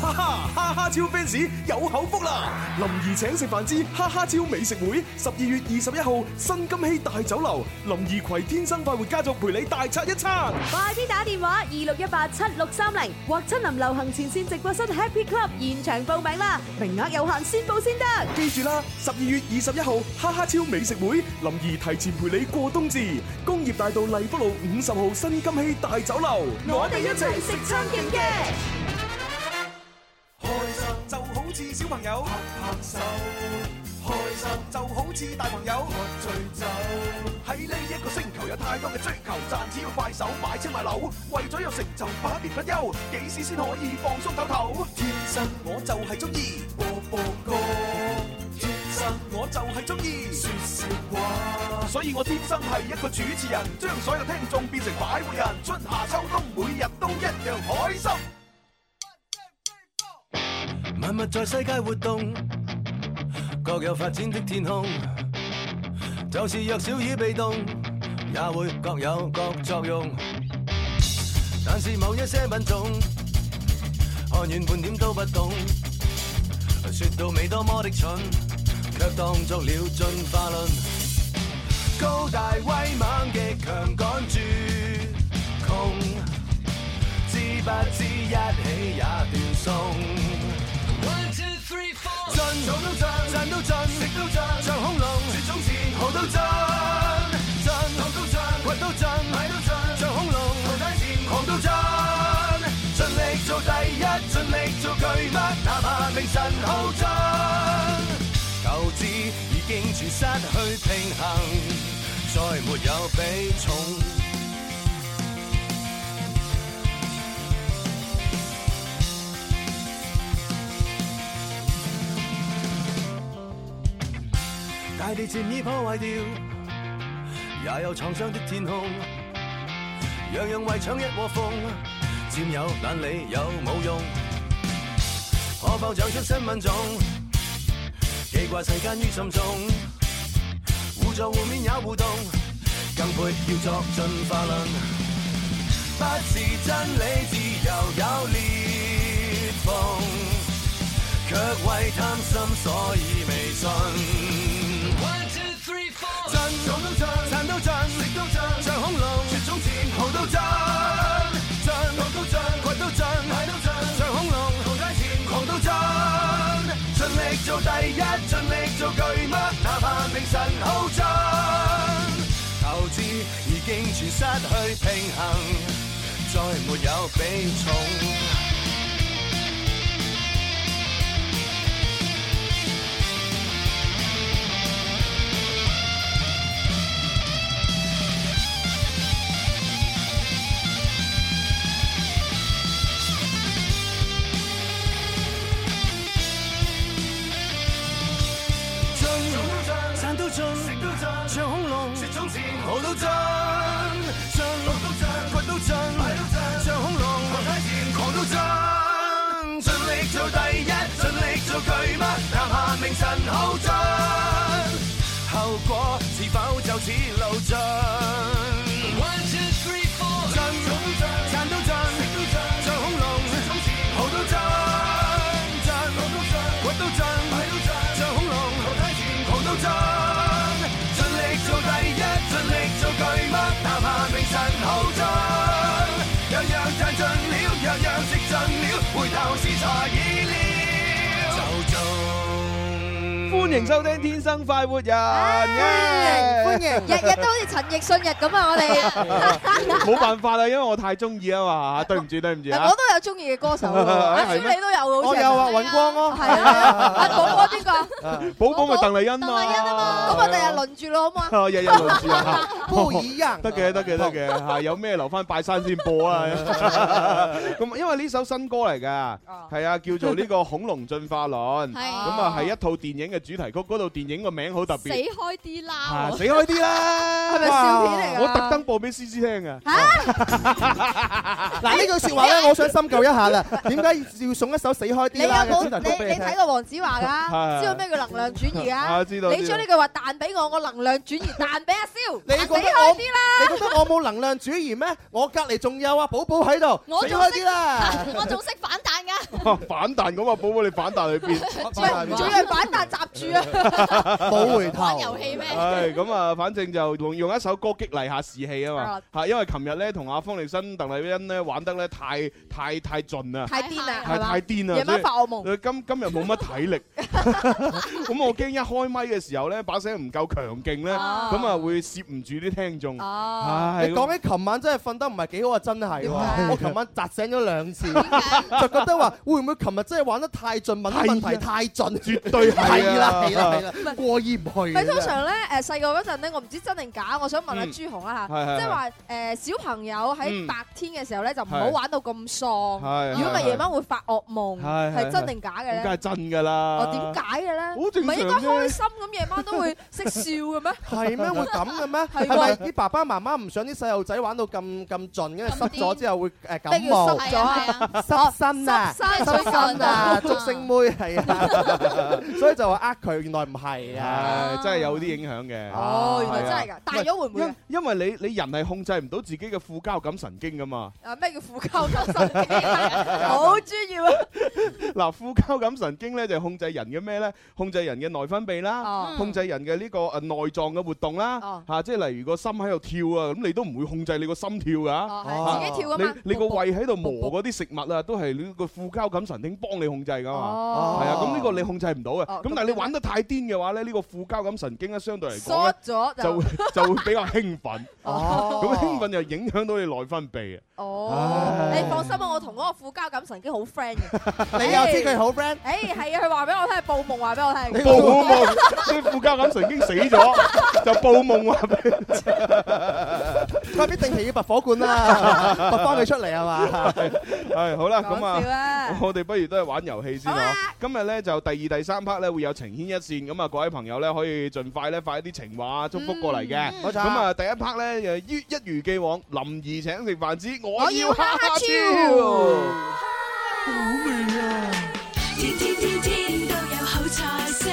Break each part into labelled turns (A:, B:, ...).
A: 哈哈哈哈超 fans 有口福啦！林兒請食飯之哈哈超美食會，十二月二十一號新金禧大酒樓，林兒攜天生快活家族陪你大餐一餐。
B: 快啲打電話二六一八七六三零或親臨流行前線直播室 Happy Club 現場報名啦，名額有限，先報先得。
A: 記住啦，十二月二十一號哈哈超美食會，林兒提前陪你過冬至。工業大道荔福路五十號新金禧大酒樓，
B: 我哋一齊食餐勁嘅。
A: 開心就好似小朋友拍拍手，開心就好似大朋友喝醉酒。喺呢一個星球有太多嘅追求，賺錢要快手買車買樓，為咗有成就百變不休，幾時先可以放鬆唞唞？天生我就係中意播播歌，天生我就係中意説笑話，所以我天生係一個主持人，將所有聽眾變成擺渡人，春夏秋冬每日都一樣開心。
C: 萬物在世界活動，各有發展的天空。就是弱小與被動，也會各有各作用。但是某一些品種，看遠半點都不懂。說到尾多麼的蠢，卻當作了進化論。高大威猛極強趕住窮，知不知一起也斷送。進，做到盡，賺到盡，食到盡，像恐龍，絕種時豪到盡，盡，浪到盡，掘到盡，買到盡，像恐龍，淘汰戰狂到盡，盡力做第一，盡力做巨物，哪怕命神耗盡，舊址已經全失去平衡，再沒有比重。大地漸已破壞掉，也有創傷的天空。樣樣為搶一窩蜂，佔有懶理有冇用？可否長出新品種？記掛世間於心中，互助互勉也互動，更配要作進化論。不是真理，自由有裂縫，卻為貪心所以未信。進，做到盡，賺到盡，食到盡，像恐龍，絕種前豪到盡，盡，浪到盡，掘到盡，買到盡，像恐龍，淘汰前狂到盡，盡力做第一，盡力做巨物，哪怕命神耗盡，投資已經全失去平衡，再沒有比重。像恐龍，絕種前豪到盡，像浪到盡，掘到盡，像恐龍，淘汰戰狂到盡，盡力做第一，盡力做巨物，拿下名神耗盡，後果是否就此路盡？One two three four，盡賺到盡，像恐龍，絕種前豪到盡，掘到盡，像恐龍，淘汰戰狂到盡。食盡了，回頭是茶已了。就做。
D: 歡迎收聽《天生快活人》。
E: 歡迎歡迎，日日都好似陳奕迅日咁啊！我哋
D: 冇辦法啦，因為我太中意啊 嘛，對唔住對唔住。啊
E: 我都有中意嘅歌手，阿小李都有，好似。
D: 我有啊，尹光咯。
E: 係啊，阿寶寶邊個？
D: 寶寶咪鄧麗欣嘛。
E: 鄧麗欣啊嘛，咁我 第日輪住咯，好嘛？
D: 日日輪住啊！
F: 不一樣。
D: 得嘅得嘅得嘅， 嚇有咩留翻拜山先播 啊！咁因為呢首新歌嚟㗎，係啊，叫做呢個《恐龍進化論》，咁啊係一套電影嘅主題曲，嗰套電影個名好特別。啊
E: 死開啲啦！
D: 死開啲啦！
E: 係咪笑片嚟㗎？
D: 我特登播俾思思聽啊㗎。
F: 嗱呢句説話咧，我想深究一下啦。點解要送一首《死開啲啦》嘅主題曲俾
E: 你有冇你你睇過黃子華㗎？知道咩？需要能量轉移啊！
D: 啊知道
E: 你將呢句話彈俾我，我能量轉移彈俾阿蕭，
G: 你
E: 彈
G: 覺
E: 俾
G: 得我
E: 開啲啦！
G: 你覺得我冇能量主義咩？我隔離仲有啊，寶寶喺度，
A: 我
G: 死
A: 仲
G: 開
A: 識
G: 啲啦！
A: 我仲識反彈㗎，
D: 反彈咁啊，寶寶你反彈去邊？
E: 喂，仲要係反彈閘住啊！
G: 冇回
A: 玩
G: 頭
A: 遊。戲咩？
D: 唉，咁啊，反正就用用一首歌激勵下士氣啊嘛
E: 啊，
D: 嚇，因為琴日咧同阿方力申、鄧麗欣咧玩得咧太太太盡啦，
E: 太癲啦，
D: 太
E: 係嘛
D: 太？癲啦，
E: 夜
D: 所以
E: 晚發惡夢，
D: 佢今今日冇乜體力，咁我驚一開咪嘅時候咧，把聲唔夠強勁咧，
E: 啊
D: 咁啊會攝唔住啲聽眾。
E: 哦，
D: 唉，
G: 你講起琴晚真係瞓得唔係幾好啊，真係
E: 點
G: 喎！
E: 解
G: 我琴晚扎醒咗兩次，
A: 點解？
G: 就覺得話會唔會琴日真係玩得太盡，問啲問題
D: 係啊
G: 太盡，
D: 絕對係
G: 係啦
D: 啊
G: 係啦係啦，過意唔去啊。
E: 但通常咧誒細個嗰陣咧，我唔知真定假，我想問下
D: 嗯
E: 朱紅啦
D: 係係
E: 嚇，即係
D: 係
E: 話誒小朋友喺
D: 嗯
E: 白天嘅時候咧，就唔好
D: 係
E: 玩到咁喪，
D: 係
E: 如果咪夜晚會發惡夢，
D: 係係
E: 係真定假嘅
D: 咁
E: 咧
D: 梗係？真㗎啦。
E: 哦，點解嘅咧？
D: 好正
E: 唔係應該
D: 常啫
E: 開心咁，夜晚都會識笑嘅咩？
G: 係咩？會咁嘅咩？
E: 係喎
G: 係咪啲爸爸媽媽唔想啲細路仔玩到咁咁盡，跟住濕咗之後會誒感
E: 咩叫
G: 冒
E: 濕、
A: 係啊係啊，
G: 濕身啊
E: 濕、身
A: 濕
G: 身啊、
A: 濕
G: 竹升妹係 啊，所以就話呃佢，原來唔係啊。
D: 唉，真係有啲影響嘅。
E: 哦，原來
D: 係啊
E: 真係㗎，大咗會唔會
D: 因
E: 㗎？
D: 因為你你人係控制唔到自己嘅副交感神經㗎嘛，
E: 啊咩叫副交感神經？好專業啊！
D: 嗱副交感神經咧就係控制人嘅咩咧？控制人嘅內分泌啦，
E: 哦
D: 控制人嘅呢個誒內臟嘅活動啦
E: 哦，
D: 嚇即係例如個心喺度跳啊，咁你都唔會控制你個心跳㗎。
E: 哦，係自己跳㗎嘛
D: 你？你個胃喺度磨嗰啲食物啊，都係你個副交感神經幫你控制㗎嘛。係
E: 哦，
D: 啊，咁呢個你控制唔到嘅。
E: 哦
D: 咁但係你玩得太癲嘅話咧，呢個副交感神經咧相對嚟講
E: 縮
D: 咧
E: 咗
D: 就
E: 就
D: 會就會比較興奮，
G: 哦
D: 咁興奮又影響到你內分泌啊。
E: 哦。你放心啊，我同嗰個副交感神經好 friend 嘅。
G: 你又知佢好 friend，
E: 誒係啊，佢話俾我聽，報夢話俾我聽。
D: 報 夢，啲副交感神經死咗就報夢話俾
G: 佢必定係要拔 火罐啦，拔翻佢出嚟係嘛？
D: 你。係好啦，咁
E: 講笑
D: 啊。
E: 啊！
D: 我哋不如都係玩遊戲先
E: 好
D: 好
E: 啊。
D: 今日咧就第二、第三 part 咧會有情牽一線，咁啊各位朋友咧可以盡快咧快啲情話祝福過嚟
E: 嗯
D: 嘅。
G: 冇錯
D: 咁啊，第一 part 咧，誒一一如既往，林兒請食飯之我
A: 我
D: 要
A: 要
D: 哈
A: 哈
D: 哈
A: 哈
E: 啊
D: 超。
H: 天天天天都有好菜色，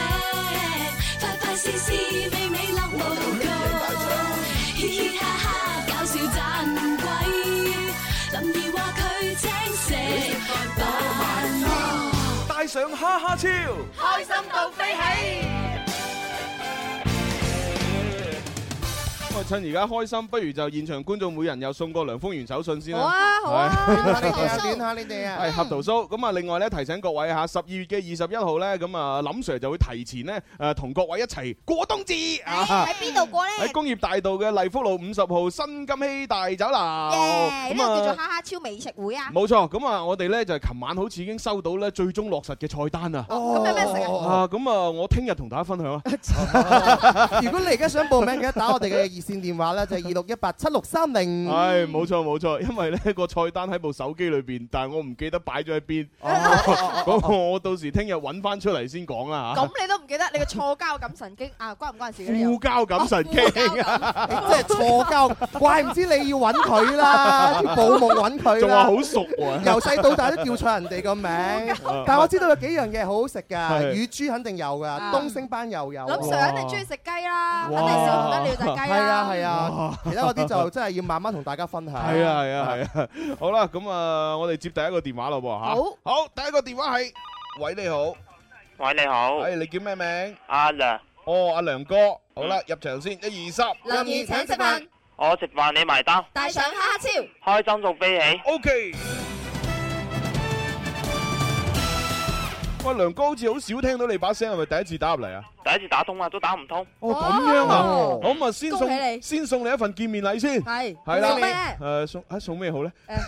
H: 快快事事美美樂無窮，嘻嘻哈哈搞笑盞鬼，林兒話佢請食飯喎。
I: 帶上哈哈超，
A: 開心到飛起。
D: 咁啊，趁而家開心，不如就現場觀眾每人又送個梁風源手信先
E: 好
D: 啦。
E: 啊好啊！
G: 你哋啊，點下你哋啊？
D: 係合桃酥，咁啊，另外咧提醒各位嚇，十二月嘅二十一號咧，咁啊，林 Sir 就會提前咧誒同各位一齊過冬至
E: 哎
D: 啊！
A: 喺邊度過咧？
D: 喺工業大道嘅麗福路五十號新金禧大酒樓，
E: 耶！呢個
D: 咁
E: 叫做
D: 啊，
E: 哈哈超美食會啊！
D: 冇錯，咁啊，我哋咧就係琴晚好似已經收到咧最終落實嘅菜單啦。
G: 哦
E: 咁有咩食啊
D: 啊，咁啊，我聽日同大家分享啊。
G: 如果你而家想報名，記得打我哋嘅熱線電話啦，就係二六一八七六三零。
D: 唉，冇錯冇錯，因為呢個菜單喺部手機裏邊，但係我唔記得擺咗喺邊。 咁我到時聽日揾翻出嚟先講啦嚇。
E: 咁你都唔記得你嘅錯交感神經啊？關唔關事嘅呢又
D: 副？交感神經啊，
G: 你真係錯交，怪唔知你要揾 佢啦，要報夢揾佢
D: 仲話
G: 啦。
D: 好熟 喎。
G: 由細到大都叫錯人哋個名， 但我知道有幾樣嘢好好食㗎，
D: 係
G: 乳豬肯定有㗎，
E: 啊
G: 東星班又有。
E: 林 Sir 肯定中意食雞啦，肯
D: 哇
E: 定少唔得了就係雞
G: 係啊
E: 啦。
G: 係啊，其他嗰 啲就真係要慢慢同大家分享。
D: 係啊係啊係啊，好啦，咁啊，我哋接第一個電話咯噃嚇。
E: 好
D: 好，第一個電話係，喂你好，
J: 喂，你好，
D: 誒你叫咩名？
J: 阿梁，
D: 哦，阿梁哥，好啦，入場先，一二三
E: 林怡請食飯，
J: 我食飯你埋單，
E: 帶上哈哈超。
J: 開心到飛起。
D: ，OK。喂，梁哥好似好少聽到你把聲，係咪第一次打入嚟啊？
J: 第一次打通啊，都打唔通。
D: 哦，咁樣啊，
E: 哦
D: 咁啊，先
E: 恭喜
D: 送
E: 你
D: 先送你一份見面禮先，
E: 係
D: 係啦
E: 送咩咧，
D: 誒送啊送咩好咧？
E: 誒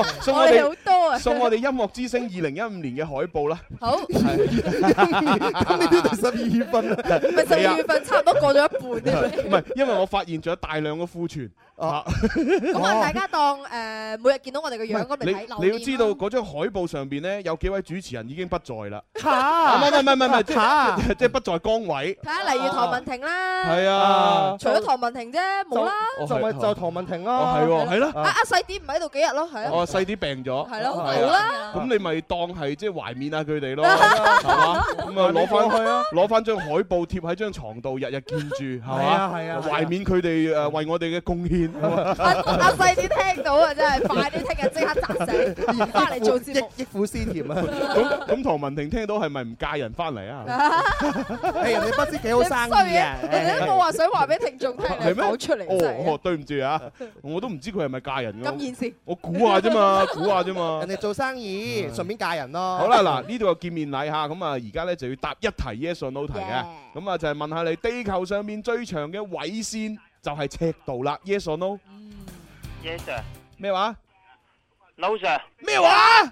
D: 哦，送我
E: 我哋
D: 哋
E: 好多啊！
D: 送我哋音樂之星二零一五年嘅海報啦，
E: 好，
G: 咁你都得十二分啊！
E: 咪十二月份差唔多過咗一半添。
D: 唔係因為我發現咗大量嘅庫存，
G: 哦
D: 啊
E: 咁啊，大家當誒每日見到我哋嘅樣咁
D: 你
E: 嚟睇。
D: 你要知道嗰張海報上邊咧有幾位主持人已經不在啦，啊
G: 嚇啊
D: 唔係唔係唔係唔係，即係
G: 嚇！
D: 即係不在歌崗位。
E: 睇下例如唐文婷啦，
D: 係啊
E: 除咗唐文婷啫，冇啦。
D: 哦
G: 就咪
D: 係
G: 就唐文婷咯，
D: 哦係喎係啦
E: 啊阿阿細啲唔喺度幾日咯，係
D: 哦，
E: 啊。
D: 細啲病咗，
E: 係咯好
D: 係啊
E: 啦
D: 咁你咪當係即係懷緬下佢哋咯，係嘛？咁啊攞翻去啊，攞翻張海報貼喺張床度，日日見住，係嘛？
G: 係啊係啊係啊
D: 懷緬佢哋誒為我哋嘅貢獻。
E: 阿
D: 啊
E: 阿細啲聽到啊，真係快啲聽日即刻砸死，翻嚟做
D: 哦
E: 節目。
G: 憶苦思甜 啊！
D: 咁 咁，唐文婷聽到係咪唔嫁人翻嚟啊？
G: 哎呀，你不知幾好生意啊！
E: 你哋都冇話想話俾聽眾聽，你
D: 係咩
E: 講出嚟真
D: 哦
E: 係
D: 哦，對唔住啊，我都唔知佢係咪嫁人
E: 咁
D: 㗎，
E: 現時。
D: 我估下啫嘛，估下啫嘛
G: 人。哋做生意，順便嫁人咯。
D: 好啦，嗱呢度有見面禮嚇，咁啊而家咧就要答一題 yes or no 題嘅，咁啊就係問下你地球上面最長嘅緯線就係赤道啦，yes or no？
J: Yes sir,
D: 咩話？
J: no sir,
D: 咩話？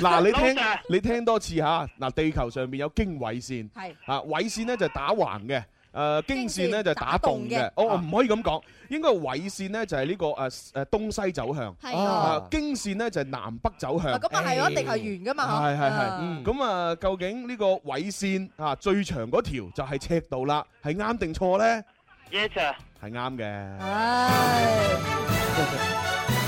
D: 嗱，你
J: No,
D: 聽
J: sir.
D: 你聽多次嚇，嗱地球上邊有經緯線，
E: 係
D: 啊緯線咧就打橫嘅。誒經線咧
E: 經線
D: 就打
E: 打動
D: 動嘅
E: 嘅，
D: 哦我唔可以咁講，應該緯線咧就係呢個誒誒東西走向，
K: 係
E: 哦
K: 啊
D: 啊經線咧就係南北走向。
E: 咁啊係，一定係圓噶嘛嗬。
D: 哎係係係，
E: 啊
D: 嗯咁啊，究竟呢個緯線啊最長嗰條就係赤道啦，係啱定錯呢？
J: yes sir,
D: 係啱
E: 啊
D: 嘅，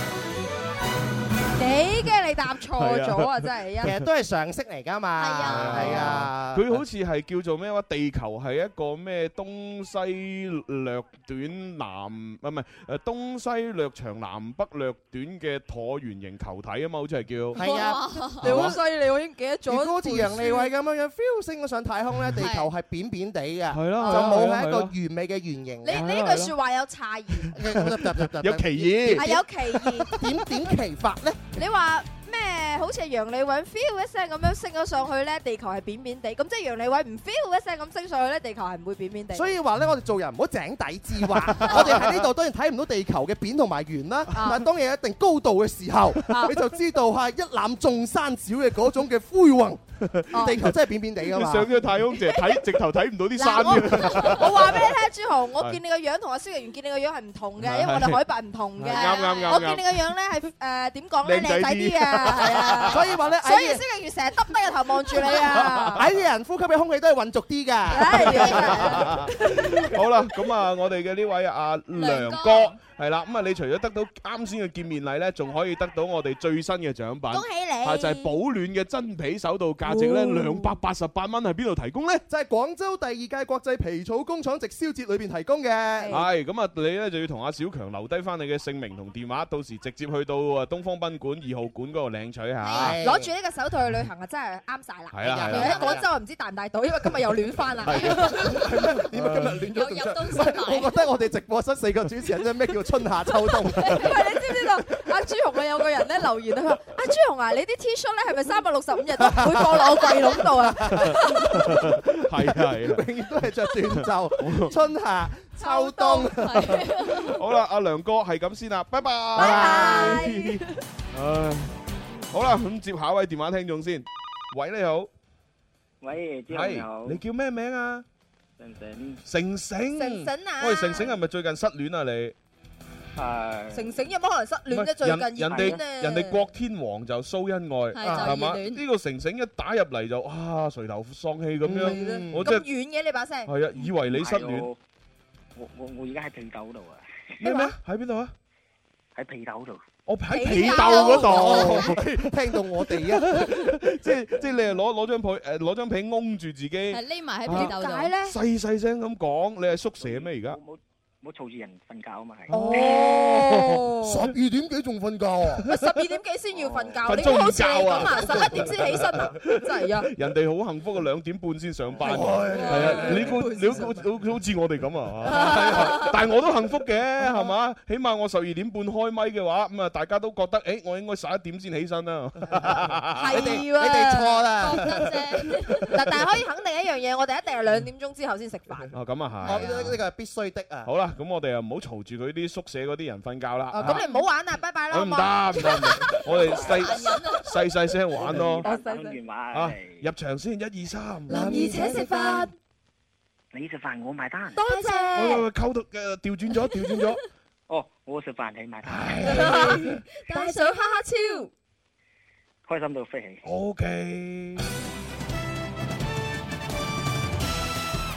E: 唉，幾驚你答錯咗啊！真係一
G: 其實 都係常識嚟㗎嘛。
K: 係啊
G: 係啊。
D: 佢好似係叫做咩話？地球係一個咩東西略短南唔係唔係誒東西略長南北略短嘅橢圓形球體啊嘛，好似係叫。
G: 係啊，
E: 你好犀利，我已經記得
G: 如
E: 咗。
G: 果好似楊利偉咁樣樣 feel 升咗上太空咧，地球係扁扁地嘅，
D: 係啦
G: 就冇係一個完美嘅圓形
E: 你
G: 嘅。
E: 你呢句説話有詫異，
D: 有歧義
E: 係有歧義。
G: 點點其法 咧？
E: 你話咩？好似係楊利偉 feel 一聲咁樣升咗上去咧，地球係扁扁地。咁即係楊利偉唔 feel 一聲咁升上去咧，地球係唔會扁扁地。
G: 所以話咧，我哋做人唔好井底之 蛙。我哋喺呢度當然睇唔到地球嘅扁同埋圓啦，
E: 啊
G: 但係當有一定高度嘅時候，你就知道係一覽眾山小嘅嗰種嘅灰雲。
E: 哦
G: 地球真係扁扁地㗎
D: 你
G: 嘛。
D: 上咗太空淨係睇，直頭睇唔到啲山
E: 嗱，我
D: 嘅。
E: 我話俾你聽，朱紅，我見你個樣同阿蕭若元見你個樣係唔同嘅，因為我哋海拔唔同嘅。
D: 啱啱啱
E: 我
D: 啱
E: 見你個樣咧係誒點講咧
D: 靚
E: 靚
D: 仔
E: 仔
D: 啲
E: 啲啊，係啊。
G: 所以話咧，
E: 所以
G: 矮
E: 蕭敬元成日耷低個頭望住你啊！
G: 矮嘅人呼吸嘅空氣都係混濁啲㗎。
E: 唉真係
D: 好啦，咁啊，我哋嘅呢位阿梁
K: 梁
D: 哥
K: 哥
D: 係啦，咁啊，你除咗得到啱先嘅見面禮咧，仲可以得到我哋最新嘅獎品啊
E: 恭。喜你！
D: 係就係保暖嘅真皮手套，價值咧兩百八十八蚊，喺邊度提供呢？
G: 就係廣州第二屆國際皮草工廠直銷節裏邊提供
E: 係
G: 嘅。
D: 係咁啊，你咧就要同阿小強留低翻你嘅姓名同電話，到時直接去到啊東方賓館二號館嗰度領取下。
E: 攞住呢個手套去旅行啊，真係啱晒啦！
D: 係啦係啦
E: 而喺廣州啊唔知帶唔帶到，因為今日又亂翻啦。
G: 點解今日
K: 有
G: 亂咗咁
K: 有
G: 長？
K: 東西
G: 喂
K: 買
G: 我覺得我哋直播室四個主持人真係咩叫春 夏秋冬？
E: 喂，你知唔知道阿朱紅啊有個人咧留言啊，佢話：阿朱紅啊，你啲 T 恤咧係咪三百六十五日都唔會放落我櫃籠度啊？
D: 係啊係啊
G: 永遠都係着 短袖，春夏秋 冬。
K: 係
D: 啊好啦，阿梁哥係咁先啦，拜拜。
E: 拜拜。
D: 唉，好啦，咁接下一位電話聽眾先。喂，你好，
J: 喂，朱
D: 係你叫咩名啊？
J: 成成，
D: 成成。
E: 成成啊！
D: 喂，成成係咪最近失戀啊？你
J: 係
E: 成成有冇可能失
D: 唔
E: 戀啫？
D: 係
E: 最
D: 人
E: 近
D: 人
E: 熱
D: 哋
E: 戀咧
D: 人哋郭天王就蘇恩愛。
K: 係
D: 係
K: 就
D: 嘛？
K: 熱戀，
D: 呢個成成一打入嚟就啊，垂頭喪氣咁樣，
G: 嗯
D: 我真
E: 咁
D: 係
E: 遠嘅你把聲，
D: 係啊，以為你失戀
J: 我我我而家喺被斗嗰度啊，
D: 咩咩喺邊度啊？
J: 喺被斗嗰度。
D: 我喺被
E: 被
D: 竇
E: 竇
D: 嗰度，
G: 聽到我哋啊，
D: 即係即係你係攞攞張被誒攞張被擁住自己，
E: 嗯
K: 係匿埋喺被竇
E: 點解
K: 度。
E: 咧？
D: 細細聲咁講，你係宿舍咩而家？
J: 冇冇嘈住人瞓覺啊嘛，係。
E: 哦
G: 十二點幾仲瞓覺啊？
E: 喂，十二點幾先要瞓覺？
D: 瞓
E: 你
D: 中午
E: 好似你咁
D: 覺
E: 啊，
D: 啊
E: 十一點先起身啊，真係啊！
D: 人哋好幸福嘅兩點半先上班，
G: 係
D: 係啊！你估你估好好似我哋咁啊？係啊但係我都幸福嘅，係嘛？起碼我十二點半開咪嘅話，咁啊大家都覺得誒，我應該十一點先起身 啦。
E: 係喎，
G: 你哋錯啦。
K: 覺得啫，
E: 嗱，但係可以肯定一樣嘢，我哋一定係兩點鐘之後先食飯。
D: 啊，咁啊
G: 我
D: 係。
G: 呢個係必須的啊。
D: 好啦，咁我哋又唔好嘈住佢啲宿舍嗰啲人瞓覺啦。
E: 啊，咁你唔好玩啦，拜拜啦，
D: 啊
E: 好
D: 唔
E: 唔好啊？
D: 得唔得唔得，我 哋細細細聲玩咯。
J: 講完話
D: 啊
J: 係，
D: 入場先，一二三。
E: 男兒且食飯，
J: 你食飯我埋單。
E: 多
D: 喂喂
E: 謝，
D: 喂，溝到誒調 轉咗，調轉咗。
J: 哦，我食飯你埋單，
E: 帶上哈哈超。
J: 開心到飛起。
D: O K。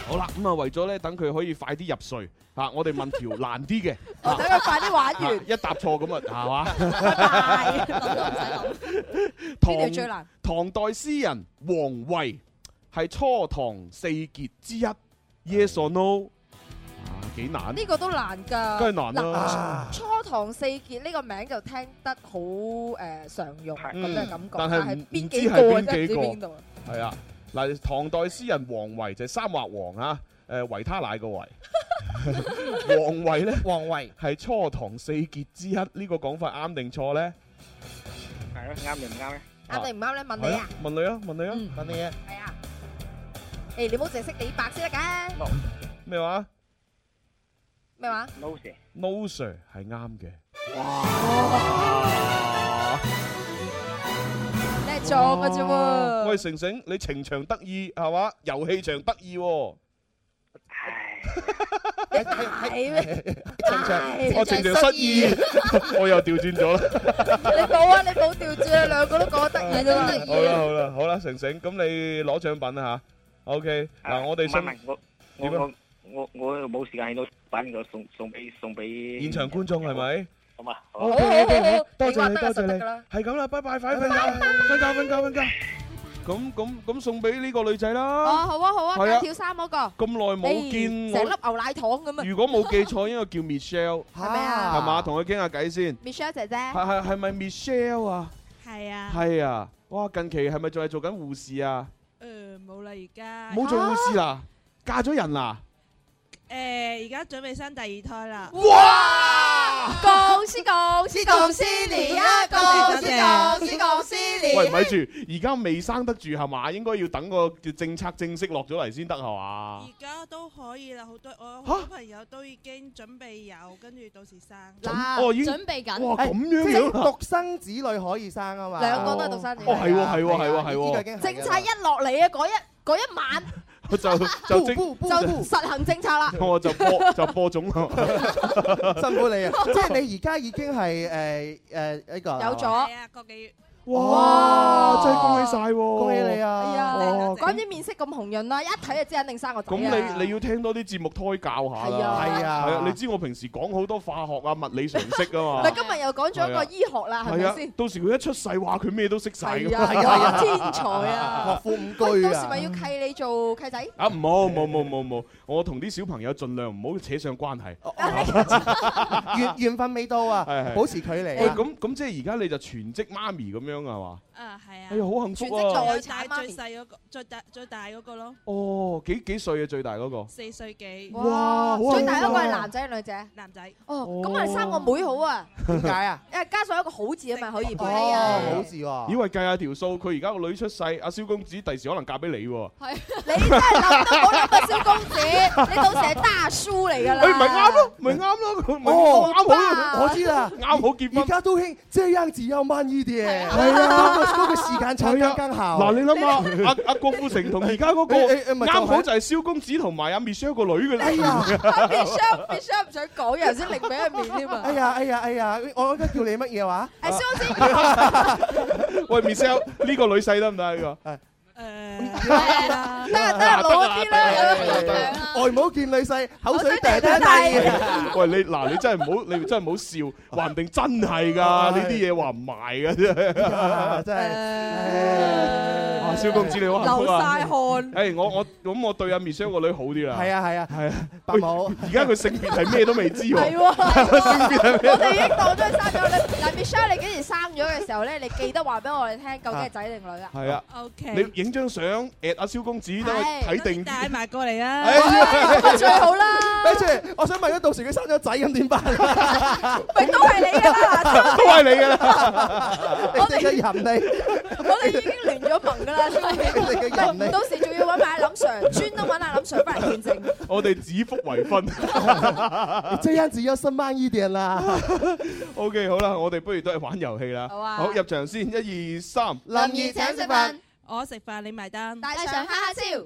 D: 好啦，咁啊為咗咧等佢可以快啲入睡嚇，我哋問條難啲嘅，
E: 等佢快啲玩
D: 啊
E: 完。
D: 一答錯咁啊，係嘛？
B: à,
E: 呢條
D: 唐
E: 最難
D: 唐代詩人王維係初唐四傑之一，Yes or No？啊，幾難？
E: 呢個都難㗎，
D: 梗係難啦啊
E: 嗱初唐四傑呢個名就聽得好誒常用咁嘅感覺，
D: 但係唔
E: 邊
D: 唔知
E: 幾個
D: 係邊
E: 真係唔知
D: 幾個
E: 邊度啊？
D: 係啊，嗱，唐代詩人王維就係三畫王啊，誒維他奶 個維。王維咧，
F: 王維
D: 係初唐四傑之一，呢、個講法啱定錯咧？
J: 係咯，啱定唔啱咧？
E: 啱定唔啱咧？問
D: 係
E: 你
D: 咯
E: 啊！，
D: 問你啊，問你啊，
F: 問你啊，
E: 係啊，誒你唔好淨係識李白先得㗎，
D: 咩話
E: 咩話？
J: No sir，
D: ？No sir 係啱嘅。
E: 你係撞㗎啫喎。
D: 喂，成成，你情場得意係嘛？遊戲場得意喎，
E: 係咩？
D: 我情場失意， 我又調轉咗啦。
E: 你冇啊！你冇調轉啊！兩個都講得意啫嘛。
D: 好啦好啦好啦，成成，咁你攞獎品啦吓。OK，嗱我哋
J: 唔係唔
D: 想
J: 係我我
D: 點啊
J: 我我我冇時間喺度玩，我送送俾送俾
D: 現場觀眾
J: Vâng,
D: 係咪？
J: 咁啊，好
D: 好
J: 啊
E: 好好好
D: 多謝你
E: 你話
D: 多
E: 得
D: 謝
E: 就
D: 你
E: 得㗎啦，
D: 係咁啦，拜拜，快啲瞓覺，瞓覺瞓覺瞓覺。咁咁咁送俾呢個女仔啦，
E: 哦，好啊好啊，
D: 係啊
E: 揀跳衫嗰個。
D: 咁耐冇見
E: 誒成粒
D: 我，
E: 牛奶糖咁啊！
D: 如果冇記錯應該叫 Michelle
E: 係咪啊
D: 係嘛？同佢傾下偈先，
E: Michelle 姐姐，
D: 係係係咪 Michelle à? 啊？
L: 係
M: À.
L: 啊，
D: 係啊，哇！近期係咪仲係做緊護士啊？
L: 誒呃冇啦而
M: À,
L: 家，
D: 冇做護士啦，嫁咗人啦，
L: 呃誒而家準備生第二胎啦。
D: 哇！
E: 恭喜恭喜恭喜你啊！恭喜恭喜恭喜你！
D: 喂，咪住，而家未生得住係嘛？應該要等個政策正式落咗嚟先得係嘛
L: 而？家都可以啦，好多我好多朋友都已經準備有，跟住到時生。
F: 嗱
D: 哦，已經
N: 準備緊，
D: 哇
G: 哎
D: 咁樣
F: 即係
D: 樣啊！
F: 獨生子女可以生啊嘛，
E: 兩個都係獨生子女
D: 哦，係喎，係喎，係喎，係喎。
F: 係
E: 政策一落嚟啊，嗰一嗰一晚
D: 我就 就即
E: 就實行政策啦。
D: 我就播就播種啊啦。
F: 辛苦你啊！即係你而家已經係誒誒呢個
G: Ờ.
E: 有咗
D: 哦
L: 係啊，個幾月？
D: 哇！真係恭喜晒喎！
F: 恭喜你！
E: 哎
F: 啊！
E: 呀，
D: 哦
E: 講啲面色咁紅潤啦，一睇就知肯定生個仔
D: 咁
E: 啊！
D: 你你要聽多啲節目胎教下
E: 係啊
D: 啦。
F: 係
D: 係啊，
F: 啊，
D: 你知我平時講好多化學啊、物理常識 啊
E: 咪
D: 嘛。
E: 今日又講咗個醫學啦，係
D: Ờ. 係
E: 咪
D: 啊
E: 先，？
D: 到時佢一出世話佢咩都識晒
E: 係
D: 咁。
E: 啊，
F: 係啊
E: 哇天才
F: 學
E: 啊！
F: 富五居
E: 喂，到時咪
F: 啊！
E: 要契你做契仔？
D: 啊，唔好冇冇冇冇，我同啲小朋友盡量唔好扯上關係。
F: 緣緣分未到啊
D: 係係，
F: 保持距
D: 喂，
F: 離啊！
D: 咁咁即係而家你就全職媽咪咁樣係嘛？
L: 啊係啊
D: 哎，呀，好幸福
E: 全職
D: 啊！
E: 在
L: 有帶最細嗰個，最大最大嗰個咯，
D: 哦，幾幾歲啊？最大嗰個？
L: 四歲幾，
D: 哇好幸福啊
E: 最大嗰個係男仔定女仔？
L: 男仔。
E: 哦，咁我哋三個妹好啊！
F: 點解啊？
E: 誒加上一個好字啊嘛，可 以
L: 係啊
F: 哦，好字喎！
D: 以為計下條數，佢而家個女出世，阿蕭公子第時可能嫁俾你喎。
E: 你真係諗都冇諗過小公子， 你到時係大叔嚟㗎啦。
D: 誒咪啱咯，咪啱咯，佢咪
F: 哦
D: 啱好
F: 我知啦，
D: 啱好結
F: 而
D: 婚。
F: 家都興這樣子要慢啲嘅，係 啊，嗰個嗰個時間差剛剛好。
D: 嗱，你諗下，阿阿郭富城同而家嗰個
F: 誒誒誒咪就係
D: 啱好就係蕭公子同埋阿 Michelle 個女嘅
F: 哎
D: 啦。
F: 呀，
E: Michelle Michelle 唔想講嘢，頭先擰俾佢面添
F: 哎
E: 啊！
F: 呀，哎呀，哎呀，我而家叫你乜嘢話？
E: 誒小公子，
D: 喂，Michelle 呢個女婿得唔得啊呢 個？
L: 誒，
E: 得得得攞啲啦，
F: 外母見女婿，口水嗲嗲地。
D: 喂，你嗱，你真係唔好，你真係唔好笑，話唔定真係㗎，呢啲嘢話唔埋㗎啫。
F: 啊真哦係，
D: 啊，蕭公子你好幸
E: 流
D: 福啊！
E: 晒汗。
D: 誒，我我咁我對阿 Michelle 個女好啲啦。
F: 係啊係啊，
D: 係啊，
F: 伯母
D: 而家佢性別係咩都未知喎
E: 係。喎，啊我哋已經當咗佢生咗你。嗱，Michelle，你幾時生咗嘅時候咧，你記得話俾我哋聽，究竟係仔定女啊？
D: 係啊。
L: O
D: 你
L: K，
D: 影張相 at 阿蕭公子，等佢睇定啲。
L: 帶埋過嚟啊！
D: 哎呀
E: 最好啦，
F: 等住，我想問咗，到時佢生咗仔咁點辦？啊
E: 咪都係你㗎啦。
D: 都係你㗎啦！
F: 你哋嘅人嚟，
E: 我哋已經亂咗盟㗎啦，小公子
F: 你哋嘅人
E: 喂
F: 嚟。
E: 到時仲要揾埋阿林 Sir，專登揾阿林 Sir 翻嚟見證。
D: 我哋指腹為婚。
F: 這樣子要深慢一點啦。
D: OK，好啦，我哋不如都係玩遊戲啦。
E: 好啊
D: 好入場先，一二三。
F: 林怡請食飯，
L: 我食飯你埋單，
E: 帶上哈哈超。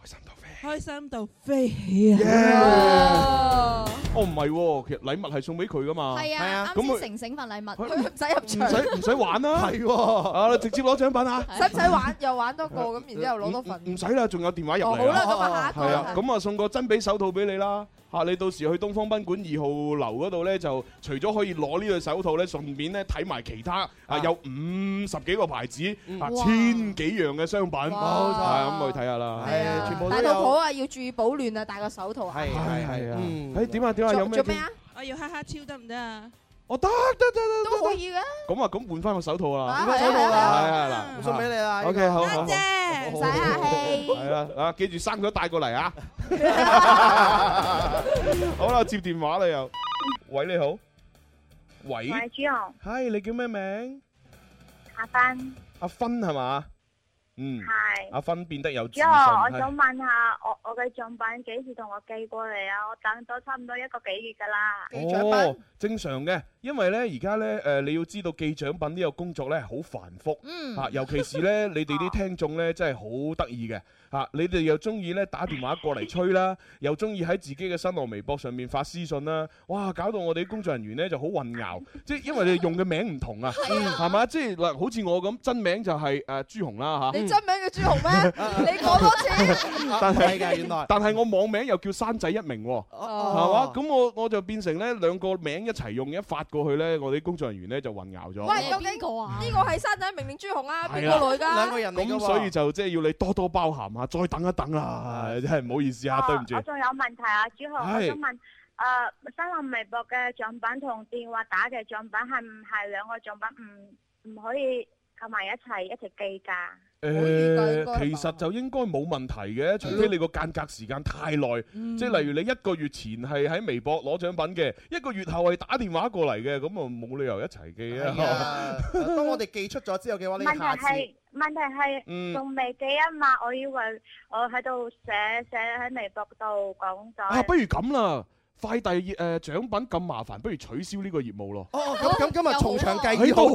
D: 開心到飛。
L: 開心到飛起啊！
D: Yeah！哦，唔係喎，其實禮物係送俾佢噶嘛。
N: 係啊，
D: 咁
N: 啱
D: 佢
N: 先成成份禮物，
E: 佢唔使入
D: 唔使唔使玩啦。係喎，啊，直接攞獎品啊！
E: 使唔使玩又玩多個咁，然之後攞多份？
D: 唔使啦，仲有電話入嚟。
E: 哦好啦咁啊下一個
D: 係
E: 啦
D: 啊，咁啊送個真比手套俾你啦。嚇，你到時去東方賓館二號樓嗰度咧，就除咗可以攞呢對手套咧，順便咧睇埋其他啊有五十幾個牌子啊
E: 哇
D: 千幾樣嘅商品，冇錯，咁去睇下啦。
E: 係啊
D: 全部
E: 大肚婆啊，要注意保暖啊，戴個手套啊。
D: 係係
F: 哎
D: 係啊。誒點啊點啊，有咩？
E: 做咩啊？
L: 我要哈哈超得唔得啊？
D: 我得得得得
E: 都可以嘅。
D: 咁啊，咁換翻個手套啦，
E: 啊換返手套啦
D: 係啊嗱，
F: 送哎俾你啦呢個
D: OK，好好好，
L: 唔
E: 使 客氣
D: 係啦，啊，記住生咗帶過嚟啊！好啦，接電話啦又，喂你好，喂，
O: 喂，朱紅，
D: 係你叫咩名？
O: 阿芬，
D: 阿芬係嘛？嗯，
O: 係
D: 阿芬變得有自啊
O: 朱紅，
D: 信，係
O: 我想問下，我我嘅獎品幾時同我寄過嚟啊？我等咗差唔多一個幾月㗎啦。
D: 哦，正常嘅，因為咧而家咧誒，你要知道寄獎品呢個工作咧好繁複，
O: 嗯
D: 啊，尤其是咧你哋啲聽眾咧真係好得意嘅，啊，你哋又中意咧打電話過嚟吹啦，又中意喺自己嘅新浪微博上面發私信啦，哇，搞到我哋啲工作人員咧就好混淆，即係因為你哋用嘅名唔同啊，係嘛，即係嗱，好似我咁真名就係誒朱紅啦嚇，
E: 你真名叫朱紅 咩？你講多次。
D: 但係
F: 係㗎原來
D: 但係我網名又叫山仔一名喎，
E: 哦
D: 係嘛？咁我我就變成咧兩個名一齊用一發過去咧，我哋工作人員咧就混淆咗。
E: 喂，究竟呢個係山仔明定朱紅啊？邊
D: 係啦
E: 個來㗎？
D: 咁所以就即係要你多多包涵啊，再等一等啦，真係唔好意思
M: Ờ,
D: 啊，對唔住
O: 我。仲有問題啊，朱紅，我
D: 係
O: 想問，誒新浪微博嘅獎品同電話打嘅獎品係唔係兩個獎品唔唔可以購埋一齊一齊寄㗎？
D: 誒，其實就應該冇問題嘅，除非你個間隔時間太耐，即係例如你一個月前係喺微博攞獎品嘅，一個月後係打電話過嚟嘅，咁啊冇理由一齊寄啊。
F: 當我哋寄出咗之後嘅話，你
O: 問
F: 下
O: 題係
F: 次
O: 問題係
D: 嗯
O: 仲未寄啊嘛，我以為
M: ờ,
O: 我喺度寫寫喺微博度講咗。
D: 啊，不如咁啦。快遞誒獎品咁麻煩，不如取消呢個業務咯。
F: 哦，咁咁今日從長計
D: 哎
F: 議
D: 都
F: 好
D: 好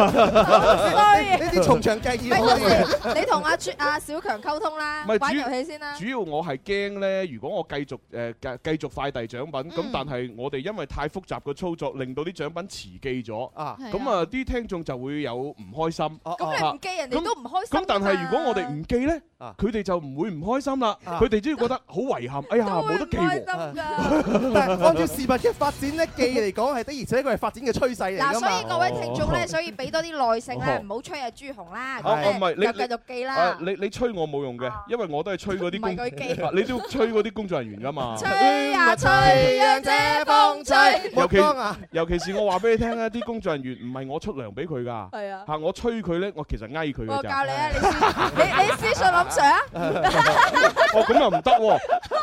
F: 啲嘅。
D: 喎，
F: 呢啲從長計 議好啲嘅。
E: 你同阿朱阿小強溝通啦
D: 唔係，
E: 玩
D: 主
E: 遊戲先啦
D: 主。要我係驚呢，如果我繼續誒繼、繼續快遞獎品，咁、但係我哋因為太複雜嘅操作，令到啲獎品遲寄咗，
F: 啊哦
D: 咁啊啲聽眾就會有唔開心。咁、
E: 咁你唔記人哋都唔開心㗎嘛。啊
D: 咁但係如果我哋唔寄呢，佢哋就唔會唔開心啦，
F: 啊
D: 佢哋只會覺得好遺憾，哎呀
E: 啊
D: 冇得寄喎。
F: 但係按照事物嘅發展咧，寄嚟講係的，而且佢係發展嘅趨勢嚟
E: 嗱，
F: 㗎嘛。
E: 所以各位聽眾咧，所以俾多啲耐性啦，
D: 哦
E: 唔好吹阿朱紅啦，
D: 哦哦唔係
E: 咁
D: 你
E: 咧就繼續記
D: 啊
E: 啦。
D: 你你吹我冇用嘅，因為我都係吹嗰啲工，
E: 啊唔係佢寄
D: 啊你都要吹嗰啲工作人員 噶嘛。
E: 吹呀吹呀，這風吹。
D: 尤其
F: 莫幫啊
D: 尤其是我話俾你聽啊，啲工作人員唔係我出糧俾佢 㗎，
E: 係啊
D: 嚇我吹佢咧，我其實翳佢
E: 我
D: 㗎
E: 教
D: 咋。
E: 你啊，你私你你私信林 Sir 啊。
D: 哦，咁又唔得喎！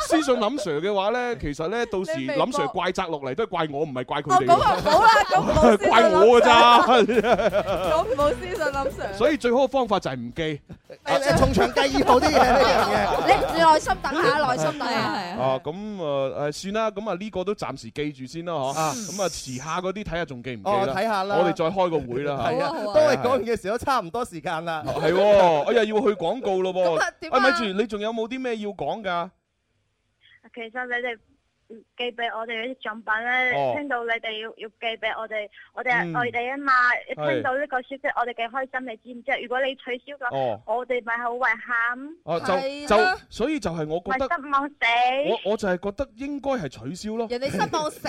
D: 私信林 Sir 嘅話咧，其實咧到時
E: 你
D: 林
E: 微博
D: Sir 怪責落嚟都係怪 我，唔係怪佢哋。
E: 哦咁啊好啦咁唔好私信林 Sir
D: 怪我㗎
E: 咁
D: 咋。
E: 唔好私信林 Sir。
D: 所以最好嘅方法就係唔記。啊
F: 誒從長計議好啲嘅呢樣嘢。
E: 你你耐心等 下，耐心等下。
D: 啊，咁啊誒算啦，咁啊呢個都暫時記住先啦，嗬。咁啊遲下嗰啲睇下仲記唔記
F: 哦
D: 啦。
F: 睇下啦
D: 我哋再開個 會啦。嚇
F: 係啊，當我哋講完嘅時候都差唔多時間啦。
D: 係喎，哎呀要去廣告咯
F: 咁啊
D: 噃。
F: 點啊
D: 哦咪住，你仲有冇啲咩要講㗎？
O: 其實你哋寄俾我哋嗰啲獎品咧，
D: 哦
O: 聽到你哋要要寄俾我哋，我
M: à,
O: 哋
D: 嗯
O: 係外地啊嘛，一
D: 係
O: 聽到呢個消息，我哋幾開心，你知唔知？如果你取消咗，
D: 哦
O: 我哋咪好遺憾，
D: 啊就就所以就係我
O: 咪
D: 覺得。
O: 失望死。
D: 我我就係覺得應該係取消咯。
E: 人哋失望死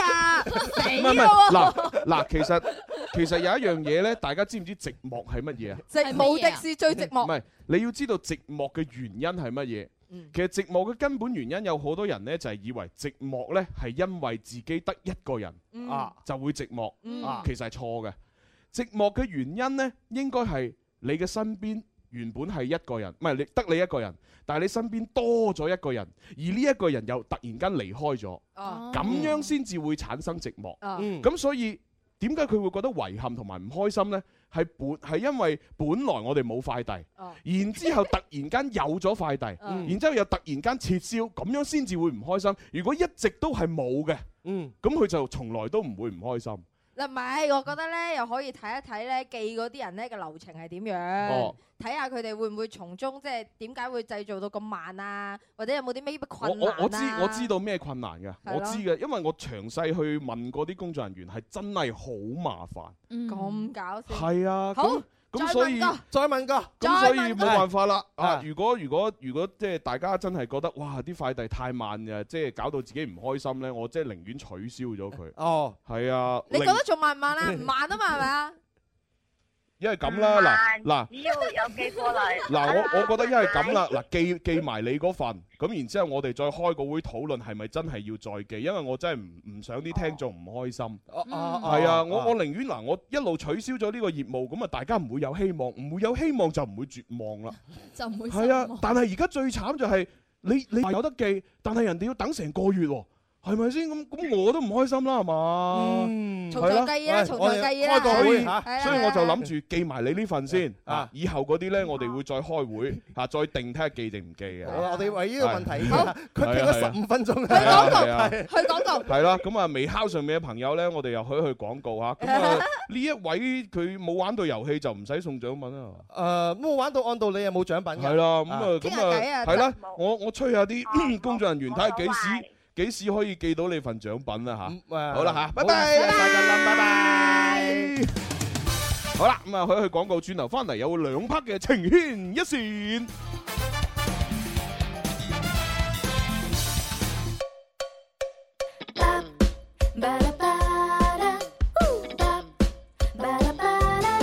E: 啊， 死啊
D: 唔係唔
E: 咯
D: 係嗱 嗱，其實其實有一樣嘢咧，大家知唔知寂寞係乜嘢啊？
E: 喎，寂無敵是最寂
D: 唔
E: 寞。
D: 係，你要知道寂寞嘅原因係乜嘢？其實寂寞嘅根本原因有好多人呢，就係以為寂寞呢係因為自己得一個人
A: 嗯
D: 啊就會寂寞
A: 嗯
D: 啊，其實係錯嘅。寂寞嘅原因呢，應該係你嘅身邊原本係一個人，唔係你得你一個人，但係你身邊多咗一個人，而呢一個人又突然間離開咗，
E: 哦
D: 咁樣先至會產生寂寞。
E: 啊
D: 嗯
G: 嗯
F: 嗯
D: 咁所以點解佢會覺得遺憾同埋唔開心呢？係本係因為本來我哋冇快遞，
E: 哦
D: 然之後突然間有咗快遞，
E: 嗯
D: 然之後又突然間撤銷，咁樣先至會唔開心。如果一直都係冇嘅，
F: 嗯，
D: 咁佢就從來都唔會唔開心。
E: 嗱，唔係，我覺得咧又可以睇一睇咧寄嗰啲人咧嘅流程係點樣
D: 哦，
E: 睇下佢哋會唔會從中即係點解會製造到咁慢啊，或者有冇啲咩
D: 我
E: 困難
D: 我
E: 啊？
D: 我知我知道咩困難㗎，
E: 係
D: 我
E: 咯
D: 知嘅，因為我詳細去問過啲工作人員，係真係好麻煩。
E: 咁搞笑。
D: 係啊，
E: 好
D: 咁咁
E: 再
D: 所
E: 問
D: 以
E: 過
G: 再問個，
D: 咁所以冇辦法啦。
G: 係
D: 啊，如果如果如果即係大家真係覺得哇啲快遞太慢嘅，即係搞到自己唔開心咧，我即係寧願取消咗佢。
G: 哦，
D: 係啊，
E: 你覺
D: 寧
E: 得仲慢唔慢啊？唔慢啊嘛，係咪啊？
D: 因為咁啦，嗱嗱。
P: 只要有寄過嚟，
D: 嗱，我我覺得因為咁 啦，嗱寄寄埋你嗰份，咁然之後我哋再開個會討論係咪真係要再寄，因為我真係唔唔想啲聽眾唔開心。
G: 哦
D: 係啊，我我寧願嗱，我一路取消咗呢個業務，咁啊大家唔會有希望，唔會有希望就唔會絕望啦。
K: 就唔會失
D: 係啊
K: 望，
D: 但係而家最慘就係你你話有得寄，但係人哋要等成個月喎。係咪先咁咁我都唔開心啦，係嘛？
G: 嗯
E: 從頭
D: 係啦
E: 計啦
D: 喂
E: 從頭
D: 我哋
E: 計啦
D: 開個
E: 係
D: 會
E: 啦係啦
D: 所以
E: 係
D: 我
E: 啦
D: 就諗住記埋你呢份先啊。以後嗰啲咧，我哋會再開會嚇，再定睇下記定唔記嘅。
G: 我我哋為呢個問題，
D: 好
G: 佢傾
D: 係啊
G: 咗十五分鐘。
D: 係啊係啊
E: 去廣告。
D: 係啦，咁啊微敲上面嘅朋友咧，我哋又可以去廣告嚇。咁啊呢一位佢冇玩到遊戲就唔使送獎品啊。
G: 誒，咁我玩到按道理
F: 啊
G: 係冇獎品嘅。
D: 係啦，咁啊，
G: 傾
D: 咁
G: 下偈
D: 啊，
G: 啊
D: 係啦，我我吹下 啲工作人員睇下幾時幾時可以寄到你份獎品啊啦
F: 嗯
D: 吓。好啦吓，拜拜。
G: 拜拜。
D: 好啦，咁啊，去去廣告，轉頭翻嚟有兩 part 嘅情牽一線。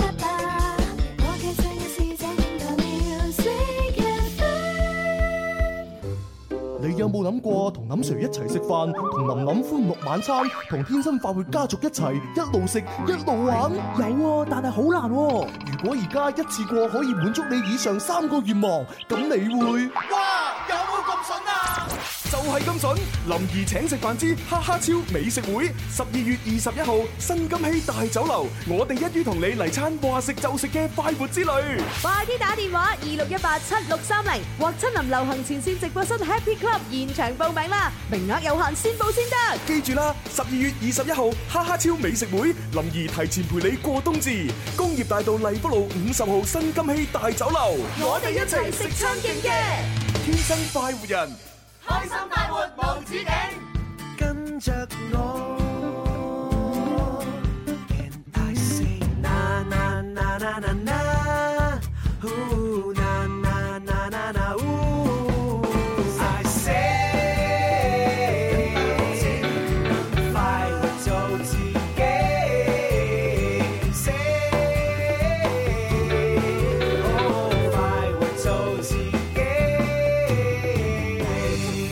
H: 我嘅真一是這點個 music FM。
G: 你有冇諗過同林 Sir 一齊食飯，同琳琳歡樂晚餐，同天生快活家族一齊一路食一路玩？有啊，但係好難喎、如果而家一次過可以滿足你以上三個願望，咁你會？
Q: 哇，有冇咁筍啊？就係咁筍，林兒請食飯之哈哈超美食會，十二月二十一號新金禧大酒樓，我哋一於同你嚟餐話食就食嘅快活之旅。
B: 快啲打電話二六一八七六三零或親臨流行前線直播室 Happy Club 現場報名啦，名額有限，先報先得。
Q: 記住啦，十二月二十一號哈哈超美食會，林兒提前陪你過冬至，工業大道荔福路五十號新金禧大酒樓，
K: 我哋一齊食餐勁嘅，
Q: 天生快活人。
K: 開心快活無止境。
A: 跟着我。And I say na na na na na na, ooh na na na na na ooh. I say 快活做自己，say oh, 哦快活做自己，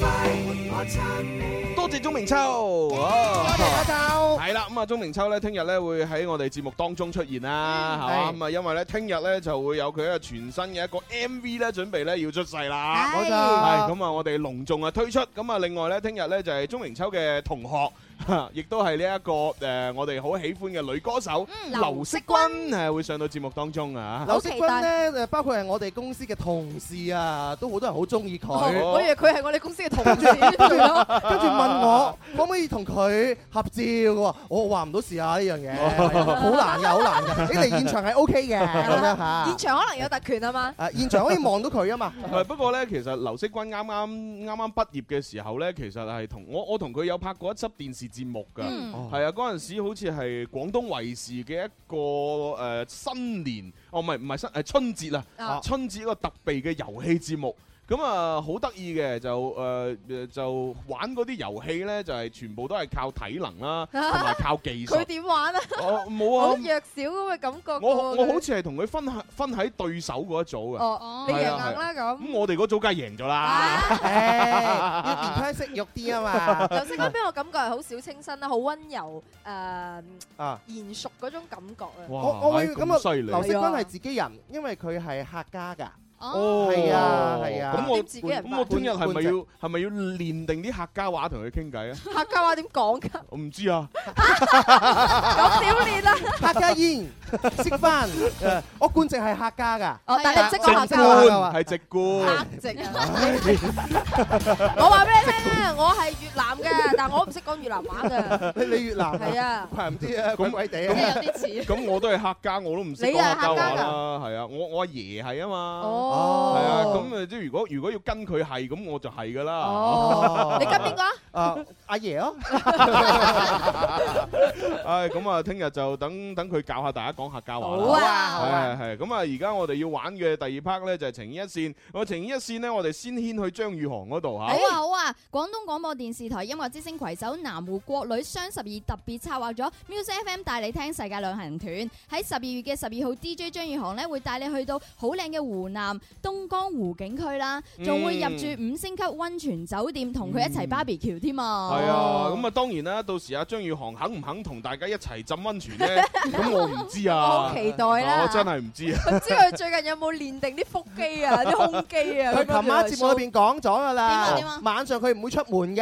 A: 快活我撐你。
D: 多謝鐘明秋，哦
G: 多
D: 謝係啦，咁啊，鐘明秋咧，聽日咧會喺我哋節目當中出現啦，係嘛，
G: 係
D: 咁啊，因為咧，聽日咧就會有佢一個全新嘅一個 MV 咧，準備咧要出世啦，
G: 冇錯
D: 係咁啊，我哋隆重啊推出，咁啊，另外咧，聽日咧就係鐘明秋嘅同學。 哈亦都係呢一個誒、我哋好喜歡嘅女歌手
G: 嗯
D: 劉惜君係會上到節目當中啊！
G: 劉惜君咧，誒包括係我哋公司嘅同事啊，都好多人好中意佢。
E: 哦我以為佢係我哋公司嘅同事。
G: 跟住 跟住問我可唔可以同佢合照喎？我話唔到事啊呢樣嘢，
E: 哦
G: 好難㗎，好難㗎。你嚟現場係 OK 嘅，咁樣嚇。
E: 啊現場可能有特權 啊嘛。
G: 誒現場可以望到佢 啊嘛。
D: 唔係不過咧，其實劉惜君啱啱啱啱畢業嘅時候咧，其實係同我我同佢有拍過一輯電視節目㗎，係、
G: 嗯哦
D: 啊嗰陣時好似係廣東衛視嘅一個誒、呃新年，哦唔係唔係新誒春節啊，
G: 啊
D: 春節一個特備嘅遊戲節目。咁啊，好得意嘅就誒、呃呃就玩嗰啲遊戲咧，就係、全部都係靠體能啦，同埋靠技術
E: 啊佢。點玩啊？
D: 哦冇啊
E: 好弱小咁嘅感覺喎。
D: 我我
E: 佢
D: 好似係同佢分喺分喺對手嗰一組嘅。
E: 哦啊你
D: 係
E: 贏
D: 啊
E: 硬啦
D: 係
E: 咁
D: 咁我哋嗰組梗係贏咗
G: 啦。
E: 要
G: 健息肉啲啊 嘛
E: 劉惜君俾我感覺係好小清新啦，好温柔誒
G: 啊
E: 賢淑嗰種感覺啊。
G: 我我會
D: 咁
G: 咁啊
D: 犀，利
G: 劉惜君係自己人，因為佢係客家㗎。
D: 哦，
G: 係啊係啊
D: 咁我
E: 點自己人
D: 咁我
E: 扮
D: 聽日係咪
G: 半隻
D: 要係咪要練定啲客家話同佢傾偈啊？
E: 客家話點講㗎？
D: 我唔知啊，
E: 咁點練啊？
G: 客家煙識 翻，誒我冠直係客家㗎。
E: 哦但係你唔識講客
D: 直
E: 家話㗎
D: 觀係直觀。
E: à. 我話俾你聽咧，我係越南嘅，但我唔識講越南話嘅。
G: 你你越南
E: 係啊，
G: 怪唔知啊，鬼鬼地
E: 真係
G: 啊
E: 有。啲似
D: 咁我都係客家，我都唔識講
E: 你啊
D: 客家話
E: 客家
D: 啦，係啊，我我阿爺係啊嘛，
E: 哦
D: 係啊，咁誒即係如果如果要跟佢係，咁我就係噶啦。
G: Ờ.
E: 哦你跟邊個啊？
G: 啊，阿爺咯，
D: 唉，咁啊，聽日就等等佢教下大家講客家話啦。
G: 好啊好啊
D: 係係咁啊，而家我哋要玩嘅第二 part 咧就係情意一線。我情意一線咧，我哋先牽去張宇航嗰度
K: 好
E: 哎
D: 嚇。
K: 啊好啊！廣東廣播電視台音樂之星攜手南湖國旅雙十二特別策劃咗 Music FM 帶你聽世界旅行團。喺十二月嘅十二號，DJ 張宇航咧會帶你去到好靚嘅湖南東江湖景區啦，仲會入住五星級温泉酒店，同佢一齊 barbecue 添啊！
D: 係啊，咁啊當然啦，到時啊張宇航肯唔肯同大家一齊浸 温泉咧？咁我唔知啊。
E: 我好期待啦
D: 我真係唔知啊。
E: 唔知佢最近有冇練定啲腹肌啊、啲胸肌啊？
G: 佢琴晚節目裏邊講咗㗎啦，晚上佢唔會出門嘅，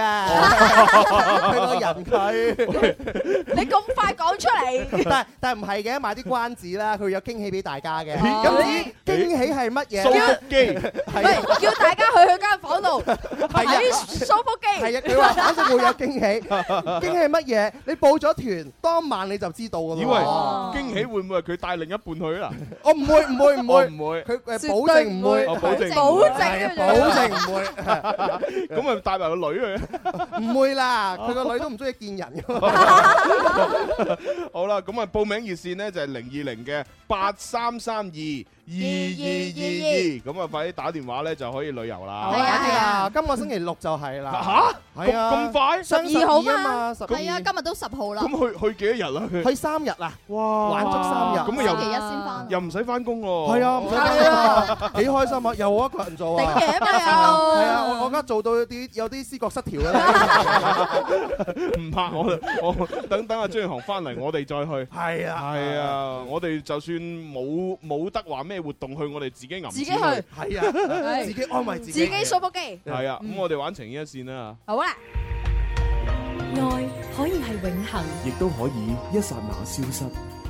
G: 佢個人佢。
E: 你咁快講出嚟，
G: 但但唔係嘅，買啲關子啦，佢有驚喜俾大家嘅。
E: 咦
G: 咁咦驚喜係乜嘢？
E: 蘇
D: 腹肌
G: 係
E: 叫大家去佢間房度
G: à.
E: 睇蘇腹肌。
G: 係啊，佢話反正會有驚喜。驚喜係乜嘢？你報咗團，當晚你就知道㗎啦。
D: 以為驚喜會唔會係佢帶另一半去啊？
G: 我唔會，唔會，唔會，
D: 哦唔會，
G: 佢誒保證唔會，
D: 哦保證，
G: 保證，保證唔會，
D: 會，咁咪帶埋個女去。
G: 唔會啦。佢個女都唔中意見人㗎嘛。
D: 好啦，咁啊報名熱線呢就係零二零嘅八三三二二二二二，咁啊快啲打電話呢就可以旅遊啦。
G: 係啊係啊，今個星期六就係啦。
D: 嚇
G: 係啊，
D: 咁咁快
G: 12號嘛，十
K: 係啊，今日都十號啦。
D: 咁去去幾多日啊？
G: 去三日啊！
D: 哇，
G: 玩足三日，
D: 咁啊又
K: 星期一先
E: Ờ.
K: 返
D: 又唔使翻工喎。
G: 係啊，唔使 啊，幾開心啊！又我一個 人做啊，
D: 頂嘢嘛又
G: 係啊，我我而家做到有啲有啲思覺失調啦。
D: 唔怕我啦，我等等阿張宇航翻嚟，我哋再去。
G: 係 啊
D: 係啊，我哋就算冇冇得話咩活動去，我哋自己揞錢
E: 自己去，
D: 係啊，
G: 自己安慰自
E: 己，自己蘇腹肌。
D: 係啊，咁我哋玩情一線啦。
E: 好啦，
H: 愛可以係永恒，
R: 亦都可以一刹那消失，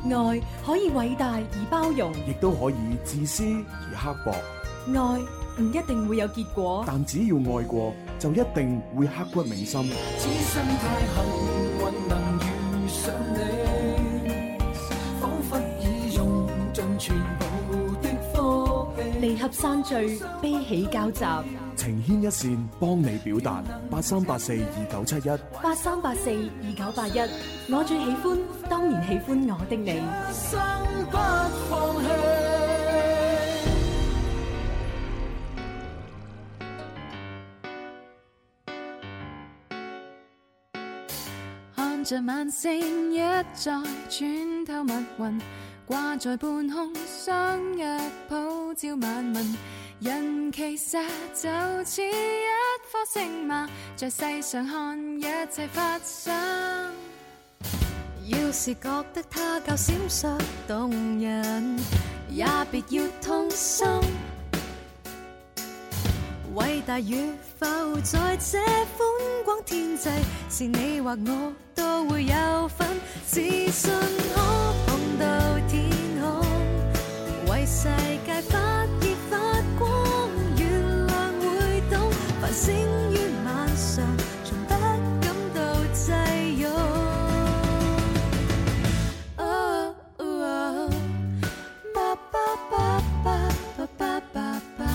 H: 愛可以偉大而包容，
R: 亦都可以自私而刻薄。
H: 愛唔一定會有結果。
R: 但只要愛過，就一定會刻骨銘心。
A: 此生太幸運能遇上你，彷彿已用盡全部的福氣。
H: 離合散聚，悲喜交集。
R: 情牽一線，幫你表達。八三八四二九七一，
H: 八三八四二九八一，我最喜歡，當然喜歡我的你。
A: 一生不放棄。
S: 看着晚星一再穿透密雲，掛在半空，相約普照萬民。人其實就似一顆星馬，在世上看一切發生。要是覺得它夠閃爍動人，也
M: à,
S: 別要痛心。偉大與否，在這寬廣天際，是你或我都會有份。自信可碰到天空，為世界發熱發光。月亮會懂，繁星於晚上，從不感到擠擁。哦哦巴巴巴巴巴巴巴巴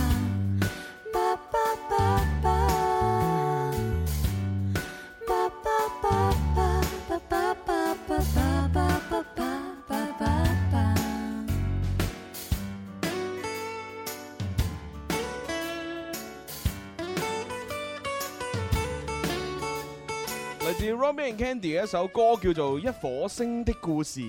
S: 巴巴巴巴，巴巴巴巴巴巴巴巴巴巴巴巴巴巴。
D: 嚟自 Robin and Candy 嘅一首歌叫做《一顆星的故事》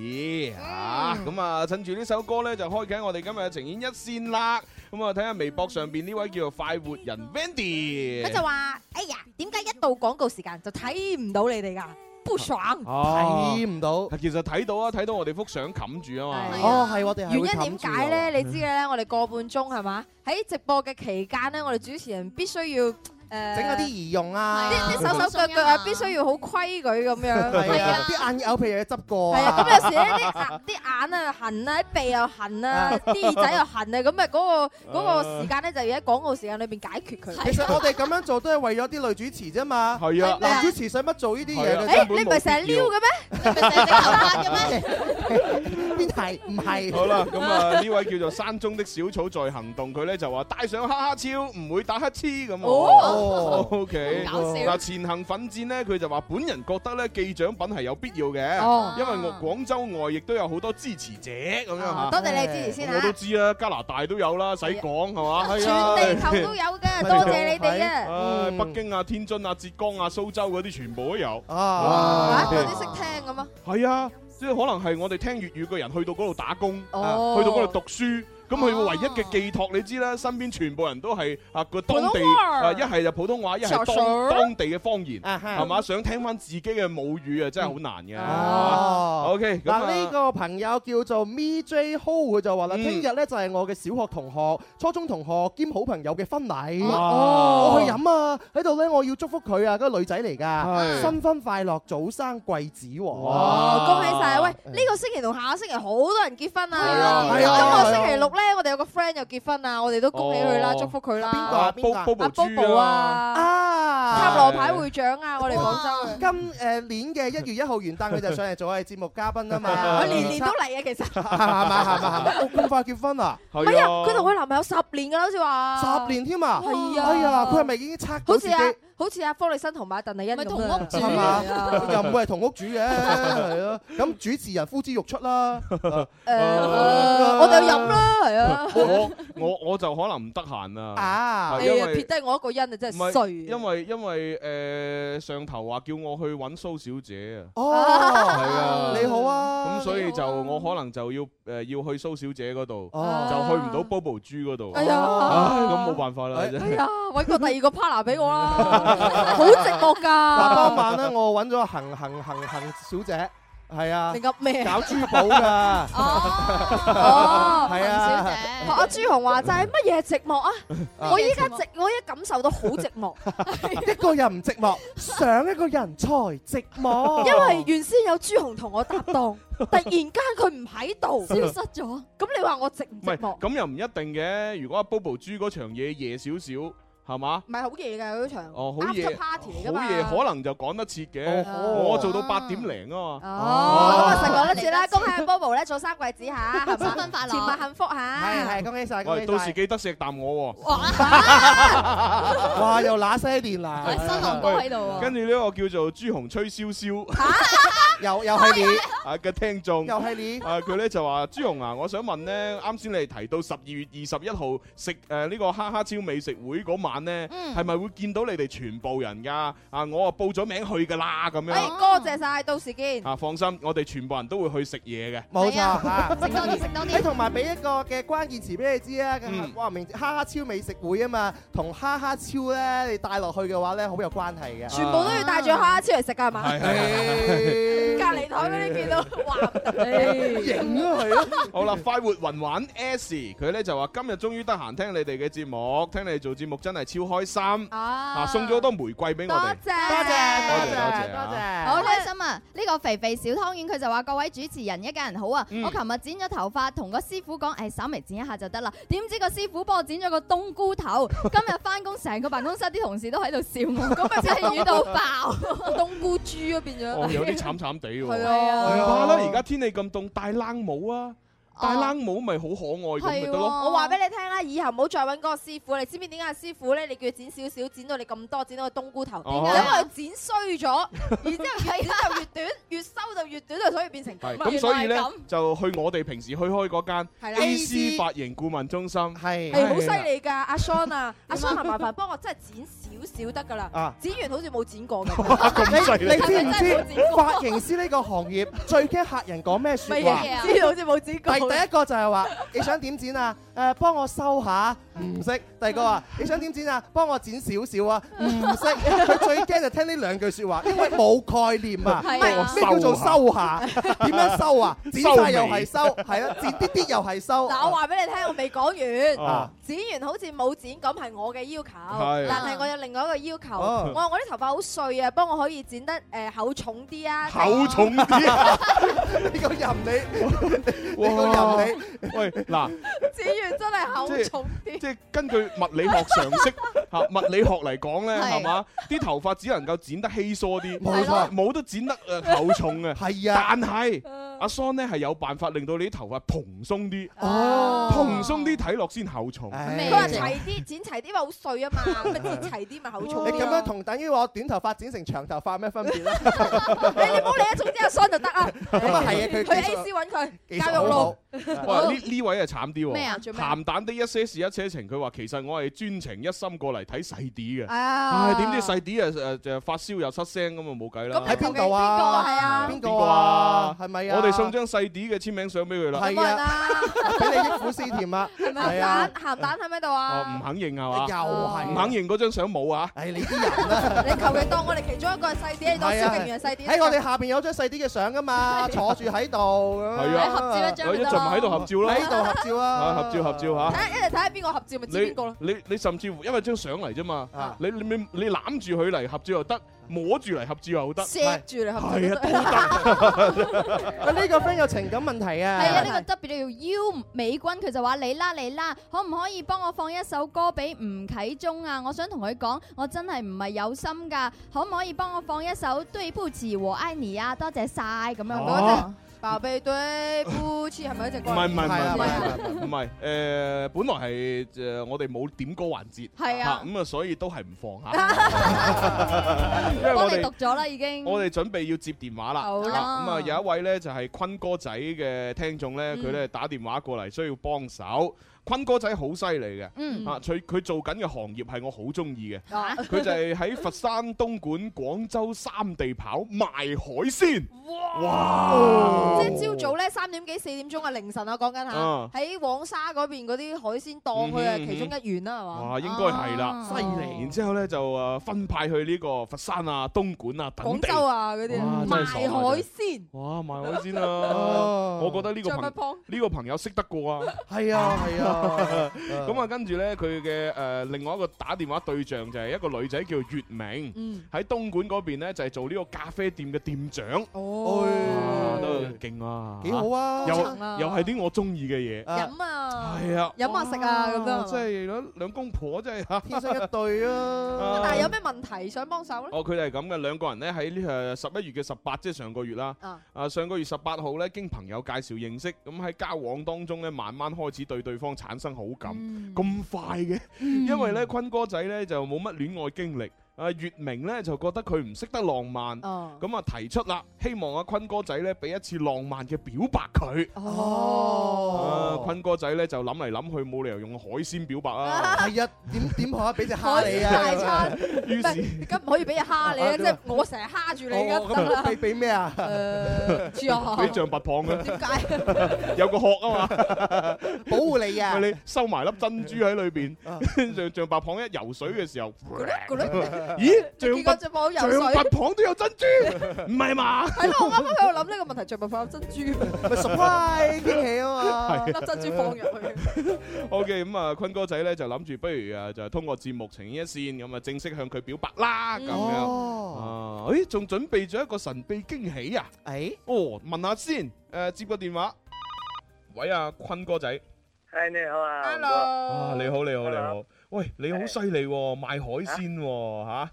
D: 啊，咁啊趁住呢首歌咧就開啟我哋今日嘅情牽一線啦。咁啊睇下微博上邊呢位叫做快活人 Vandy，
E: 佢就話：哎呀，點解一到廣告時間就睇唔到你哋㗎？不爽。
G: 啊
D: 睇唔到，其實睇到啊，睇到我哋幅相冚住啊嘛。
E: 原因點解咧？你知嘅咧，我哋個半鐘係嘛？喺直播嘅期間咧，我哋主持人必須要誒整
G: 整嗰啲儀容啊，
E: 啲手手腳腳啊，必須要好規矩咁樣。
G: 係啊，啲眼有皮又要執過
E: 係啊，
G: 啊。
E: 咁有時咧啲眼啲眼啊痕啊，啲鼻又痕啊，啲耳仔又痕啊，咁咪嗰個嗰
G: 啊
E: 個時間咧就要喺廣告時間裏邊解決佢。
G: 其實我哋咁樣做都係為咗啲女主持啫嘛。
D: 係啊
G: 男主持使乜做呢啲
D: 係啊
G: 嘢？
E: 誒，你唔係成日撩嘅咩？你唔係成日整頭髮嘅咩？
G: 邊係唔 係？
D: 好啦，咁啊呢位叫做山中的小草在行動，佢咧就話戴上哈哈超唔會打乞嗤咁啊。
G: 哦
D: ，OK，
G: 好搞笑
D: 嗱前行奮戰呢，佢就話本人覺得咧記獎品係有必要
E: 哦
D: 嘅，因為我廣州外亦都有好多支持者咁樣嚇。
E: 多謝你支持先啊
D: 我都知啦，加拿大都有啦，使講係嘛？係啊
E: 全地球都有嘅，多謝你哋啊！
D: 唉北京啊、天津啊、浙江啊、蘇州嗰啲全部都有。
E: 啊
D: 啊，
E: 嗰啲識聽咁啊！
D: 係啊，即係可能係我哋聽粵語嘅人去到嗰度打工，
E: 哦
D: 去到嗰度讀書。咁佢唯一嘅寄託，你知啦，身邊全部人都係啊個當
E: 普
D: 地
E: 通話
D: 啊，一係就普通話，一係
E: 少數
D: 當當地嘅方言，
G: 啊哈
D: 係嘛？想聽翻自己嘅母語啊，真係好難嘅。
G: 哦
D: OK，咁
G: 嗱呢
D: 啊
G: 個朋友叫做 Me J Ho，佢就話啦：，
D: 嗯
G: 聽日咧就係我嘅小學同學、初中同學兼好朋友嘅婚禮，
D: 哇
G: 我去飲啊！喺度咧，我要祝福佢啊！嗰個女仔嚟㗎，
D: 係
G: 新婚快樂，早生貴子
E: 哦，恭
G: 哇！
E: 喜晒！喂，呢個星期同下個星期好多人結婚啊！
G: 係啊
E: 今個
G: 係啊
E: 星期六咧，我哋有個 friend 又結婚啊，我哋都恭喜佢啦，
D: 哦
E: 祝福佢啦。
G: 邊個啊邊個啊
D: Bo- Bobo
E: 阿 Bobo
D: 豬啊
E: à.
G: 啊！
E: 塔羅牌會長啊，我哋廣州嘅。
G: 今誒年嘅一月一號元旦，佢就上嚟做我哋節目嘉賓啊嘛！
E: 我年年都嚟啊，其 實。
G: 係嘛係嘛係嘛！哦咁快結婚啊？
E: 唔係啊，佢同佢男朋友十年㗎啦，好似話。
G: 十年添啊！
E: 係啊
G: 哎呀，佢係咪已經測到
E: 好
G: 自
E: 似
G: 己
E: 啊？，好似阿方力申同埋鄧麗欣咁啊同屋
G: 係嘛？ 又唔會係同屋主嘅，係咯。咁主持人呼之欲出啦。
D: 哦
E: 我哋去飲啦，係啊。
D: 我我我就可能唔得閒啦。
E: 啊
D: 係
E: 哎
D: 因
E: 呀，
D: 為
E: 撇低我一個人啊，真
D: 唔
E: 係
D: 係
E: 衰。
D: 因為因為誒上頭話叫我去揾蘇小姐啊。係
G: 哦
D: 啊，
G: 你好啊
D: 咁所以就我可能就要誒要去蘇小姐嗰度，就
G: 哦
D: 去唔到 Bobo 豬嗰度。
E: 哎呀
D: 唉咁冇辦法啦，真
E: 哎
D: 係
E: 呀，揾個第二個 partner 俾我 啦，好寂寞㗎。
G: 嗱，當晚咧，我揾咗行行行行小姐，係啊，
E: 你噏咩
G: 搞珠寶㗎。
E: 哦，
G: 係啊
E: 學阿朱紅話就係乜嘢寂寞啊？
G: 啊
E: 我依家寂，我依家感受到好寂寞，
D: 哦
G: 一個人唔寂寞，想一個人才寂寞。
E: 因為原先有朱紅同我搭 檔，突然間佢唔喺度，
D: 消失
E: 咗。咁你話我寂唔
D: 唔係
E: 寂寞？
D: 咁又唔一定嘅。如果阿 Bobo 豬嗰場嘢夜少少，係嘛？
E: 唔係好夜㗎嗰場
D: 哦，好夜
E: after party 嚟㗎嘛
D: 好夜可能就趕得切嘅。
E: 哦
D: 我做到八點零啊嘛。
E: 哦，咁啊實講得住啦，恭喜阿 Bobo 咧，早生貴子 嚇，係嘛
K: 新婚快樂
E: 甜蜜幸福嚇，
G: 係係恭喜晒，恭
D: 喂，
G: 喜
D: 到時
G: 晒！
D: 記得錫啖我喎。
G: 哇，又那些年啦，
K: 哦
D: 跟住呢個叫做朱紅吹簫簫。
K: 啊
G: 又又係 你。
D: 啊嘅聽眾，
G: 又係你
D: 啊！佢咧就話朱紅啊，我想問咧，啱先你哋提到十二月二十一號食誒呢個哈哈超美食會嗰晚咧，
E: 嗯
D: 係咪會見到你哋全部人噶？啊，我啊報咗名去噶啦，咁
E: 哎
D: 樣
E: 多謝晒，到時見。
D: 啊，放心，我哋全部人都會去食 嘢嘅，
G: 冇錯嚇，
E: 食多啲食多啲
G: 誒同埋俾一個嘅關鍵詞俾你知啊，
D: 嗯
G: 話明哈哈超美食會啊嘛，同哈哈超咧你帶落去嘅話咧，好有關係嘅。
E: 全部都要帶住蝦超嚟食㗎係嘛？
D: 係
G: 哎
D: 係
E: 隔離台嗰啲見到，哇！
G: 型啊係啊！
D: 好啦，快活雲玩 S，佢咧就話今日終於得閒聽你哋嘅節目，聽你哋做節目真係超開心，
E: Ờ.
D: 啊送咗好多玫瑰俾我
K: 多
D: 哋，
K: 謝
G: 多
D: 多
G: 謝
D: 謝多謝
G: 多
D: 啊
G: 謝。
K: 好開心啊！呢個肥肥小湯圓佢就話：各位主持人一家人好啊！
D: 嗯
K: 我琴日剪咗頭髮，同個師傅講，誒稍微剪一下就得啦。點知個師傅幫我剪咗個冬菇頭。今日翻工，成個辦公室啲同事都喺度笑我，咁咪真係瘀到爆，冬菇豬啊變
D: 哦，有啲慘慘地喎。
K: 係啊
D: 唔怕啦，而家天氣咁凍，戴冷帽啊，戴冷帽咪好可愛咁咪
E: 係
D: 得
E: 喎，
D: 咯。
E: 我話俾你聽啦，以後唔好再揾嗰個師傅。你知唔知點解阿師傅咧？你叫佢剪少少，剪到你咁多，剪到個冬菇頭，因
D: 哦
E: 為佢剪衰 咗，然之後越剪就越短，越收就越短，所以變成
D: 係
E: 咁啊。
D: 咁，所以
E: 原
D: 咧
E: 來係咁
D: 就去我哋平時去開嗰
E: 係
D: 間
E: 啦
D: AC 髮型顧問中心，
G: 係
E: 係哎好犀利㗎，阿 Son 啊，阿 Son 麻煩幫我真係剪少少得㗎啦
G: 啊，
E: 剪完好似冇剪過咁。
D: 啊咁犀
G: 你
D: 利
G: 你知唔
E: 係咪真係冇
G: 知
E: 剪過
G: 髮型師呢個行業最驚客人講咩説話？
E: 乜嘢啊知道好似冇剪過
G: 第第一個就 係話 你想點剪啊？誒，幫我收下，唔識。第二個話你想點剪啊？幫我剪少少啊，唔識。佢最驚就聽呢兩句説話，因為冇概念啊。
D: 係啊
G: 咩咩叫做收下？點樣收啊？剪
D: 收
G: 晒又
D: 尾
G: 係收，係啦，剪啲啲又係收。
E: 嗱，我話俾你聽，我未講
G: 哦啊
E: 完，剪完好似冇剪咁係我嘅要求，
G: 係
E: 但係我有另外一個要求，
D: 哦
E: 我話我啲頭髮好碎啊，幫我可以剪得誒厚重啲啊，
D: 口重啲啊！
G: 你個任你，
D: 你
G: 個人
D: 你，喂嗱，
E: 剪完真係厚重啲，
D: 即係根據物理學常識嚇，物理學嚟講咧，
E: 係
D: 係嘛？啲頭髮只能夠剪得稀疏啲，
G: 冇錯
D: 冇得剪得誒厚重嘅。
G: 係啊
D: 但係阿 Son 咧係有辦法令到你啲頭髮蓬鬆啲，
G: 哦
D: 蓬鬆啲睇落先厚重。
E: 佢話齊啲，剪齊啲咪好碎啊嘛，咁咪剪齊啲咪厚重啊
G: 你
E: 啲
G: 哦咁
E: 咯
G: 樣。同等於我短頭髮剪成長頭髮有咩分別咧？
E: 你冇理啊，總之阿 Son 就得啊。
G: 咁啊係啊佢
E: 去 A C 揾
G: 技
E: 佢
G: 術
E: 教育路。
D: 哇！呢呢位啊慘啲
E: 咩啊
D: 喎，
E: 做咩
D: 鹹蛋的一些事一些情，佢話其實我係專程一心過嚟睇細啲嘅，
E: 啊
D: 唉點知細啲啊誒就發燒又失聲咁啊冇計啦。
G: 喺邊度啊？
E: 係啊
G: 邊個啊？係咪啊？
D: 我哋送張細啲嘅簽名相俾佢啦。
E: 哎
G: 係啊，俾你憶苦思甜啊！
E: 係咪鹹
D: 係啊
E: 蛋鹹蛋喺咪度
D: 哦，
E: 啊？
D: 唔肯認係嘛？
G: 又係
D: 唔肯認嗰張相冇啊！
G: 唉，你啲人
E: 你求其當我哋其中一個係細啲，你當蕭敬元係細啲。啊
G: 哎喺我哋下邊有張細啲嘅相噶嘛，坐住喺度咁樣。
D: 係啊，有一陣咪喺度合照咯，
G: 喺度合照
D: 啊，
G: 啊！
D: 合照合照
E: 睇
D: 嚇。
E: 下一齊睇下邊個合照咪知邊個咯。
D: 你你你甚至乎因為張相嚟啫嘛，你你你你攬住佢嚟合照又得，摸住嚟合照又得，
E: 錫住嚟合照
D: 係啊，
G: 喂，呢個 friend 有情感問題啊！
K: 係啊， 呢個 W 美君佢就話你啦你啦，可唔可以幫我放一首歌俾吳啟忠啊？我想同佢講，我真係唔係有心㗎，可唔可以幫我放一首對不起我愛你啊？多謝晒咁樣嗰隻
D: 哦
E: 寶貝對不起係咪一隻歌？
D: 唔係唔係唔係
E: 係啊。
D: 唔係唔係誒，啊本來係誒我哋冇點歌環節，
K: 係啊
D: 嚇咁啊，所以都係唔放嚇， 因為
K: 幫
D: 我
K: 你
D: 哋
K: 讀。咗啦已經。
D: 我哋準備要接電話啦。
K: 好啦
D: 啊咁啊，有一位呢就係坤哥仔嘅聽眾呢，
K: 嗯
D: 佢呢打電話過嚟需要幫手。坤哥仔好犀利嘅，
K: 嗯
D: 啊，佢佢做緊嘅行業係我好中意嘅。
K: 啊
D: 佢就係喺佛山、東莞、廣州三地跑賣海鮮。哇！
E: 即係朝早咧三點幾四點鐘啊凌晨啊講緊
D: 啊
E: 嚇，喺黃沙嗰邊嗰啲海鮮
M: à,
E: 檔佢係
D: 嗯哼
E: 其中一員啦係嘛？
D: 哇，應該係
K: 啊
D: 啦，
E: 犀利
D: 然之後呢，就誒分派去呢個佛山啊、東莞啊等
E: 廣
D: 地。
E: 州
M: à,
E: 啊嗰啲
D: 哇真
E: 賣
D: 係爽啊
E: 海鮮，
D: 哇，賣海鮮啊！
G: 哦
D: 我覺得呢個
E: 張
D: 朋
E: 乜幫
D: 呢個朋友識得過啊。
G: 係啊係啊，
D: 咁啊，跟住呢，佢嘅誒另外一個打電話對象就係一個女仔叫月明，
E: 嗯
D: 喺東莞嗰邊呢，就係做呢個咖啡店嘅店長。
E: 哦，
D: 哇都勁啊！
G: 幾好啊
D: 又
G: 好層啊
D: 又係啲我中意嘅嘢。
E: 飲啊，
D: 係啊，
E: 飲啊食啊咁
D: 哇
E: 樣。
D: 真係兩兩公婆真係
G: 天生一對啊！
E: 但係有咩問題想幫手咧？
D: 哦，佢哋係咁嘅，兩個人咧喺呢誒十一月嘅十八，即係上個月啦。
E: 啊
D: 啊，上個月十八號咧，經朋友介紹認識，咁喺交往當中咧，慢慢開始對對方產生好感，
E: 嗯
D: 咁、快嘅，因為咧坤哥仔咧就冇乜戀愛經歷。啊，月明咧就覺得佢唔識得浪漫，咁
E: 哦
D: 啊、提出啦，希望阿坤哥仔咧俾一次浪漫嘅表白佢。
G: 哦
D: 啊，坤哥仔咧就諗嚟諗去，冇理由用海鮮表 白啊。
G: 係啊，點點可以俾只蝦你
E: 海鮮大
G: 啊？
E: 餐
D: 於是
E: 咁唔可以俾人蝦你啊！即係我成日蝦住你
D: 哦
G: 我
E: 㗎，得
G: 咁
E: 啦。
G: 俾俾咩啊？
K: 呃
E: 誒，住啊！
D: 俾象拔蚌嘅。
E: 點解？
D: 有個殼啊嘛，
G: 保護你啊
D: 喂你收埋粒珍珠喺裏邊，
E: 啊
D: 象象白蚌一游水嘅時候， 咦？象
E: 結果
D: 拔
E: 隻網游
D: 象拔
E: 水。
D: 蚌都有珍珠， 唔係嘛？
E: 係咯，我啱啱喺度諗呢個問題，象拔蚌有珍珠。
G: 咪 surprise à. 驚喜啊嘛！
E: 粒珍珠放入去。
D: OK，咁啊，坤哥仔咧就諗住，不如啊，就係通過節目呈現一線，咁啊，正式向佢表白啦，
E: 嗯
D: 咁
E: 哦
D: 樣啊，誒，仲準備咗一個神秘驚喜啊！
G: 誒，
D: 哦，問下先，誒，接個電話，喂啊，坤哥仔，
J: 係你好啊
E: 哦
D: 啊，你好，你好，你好，喂，你好犀利喎，賣海鮮喎，
E: 啊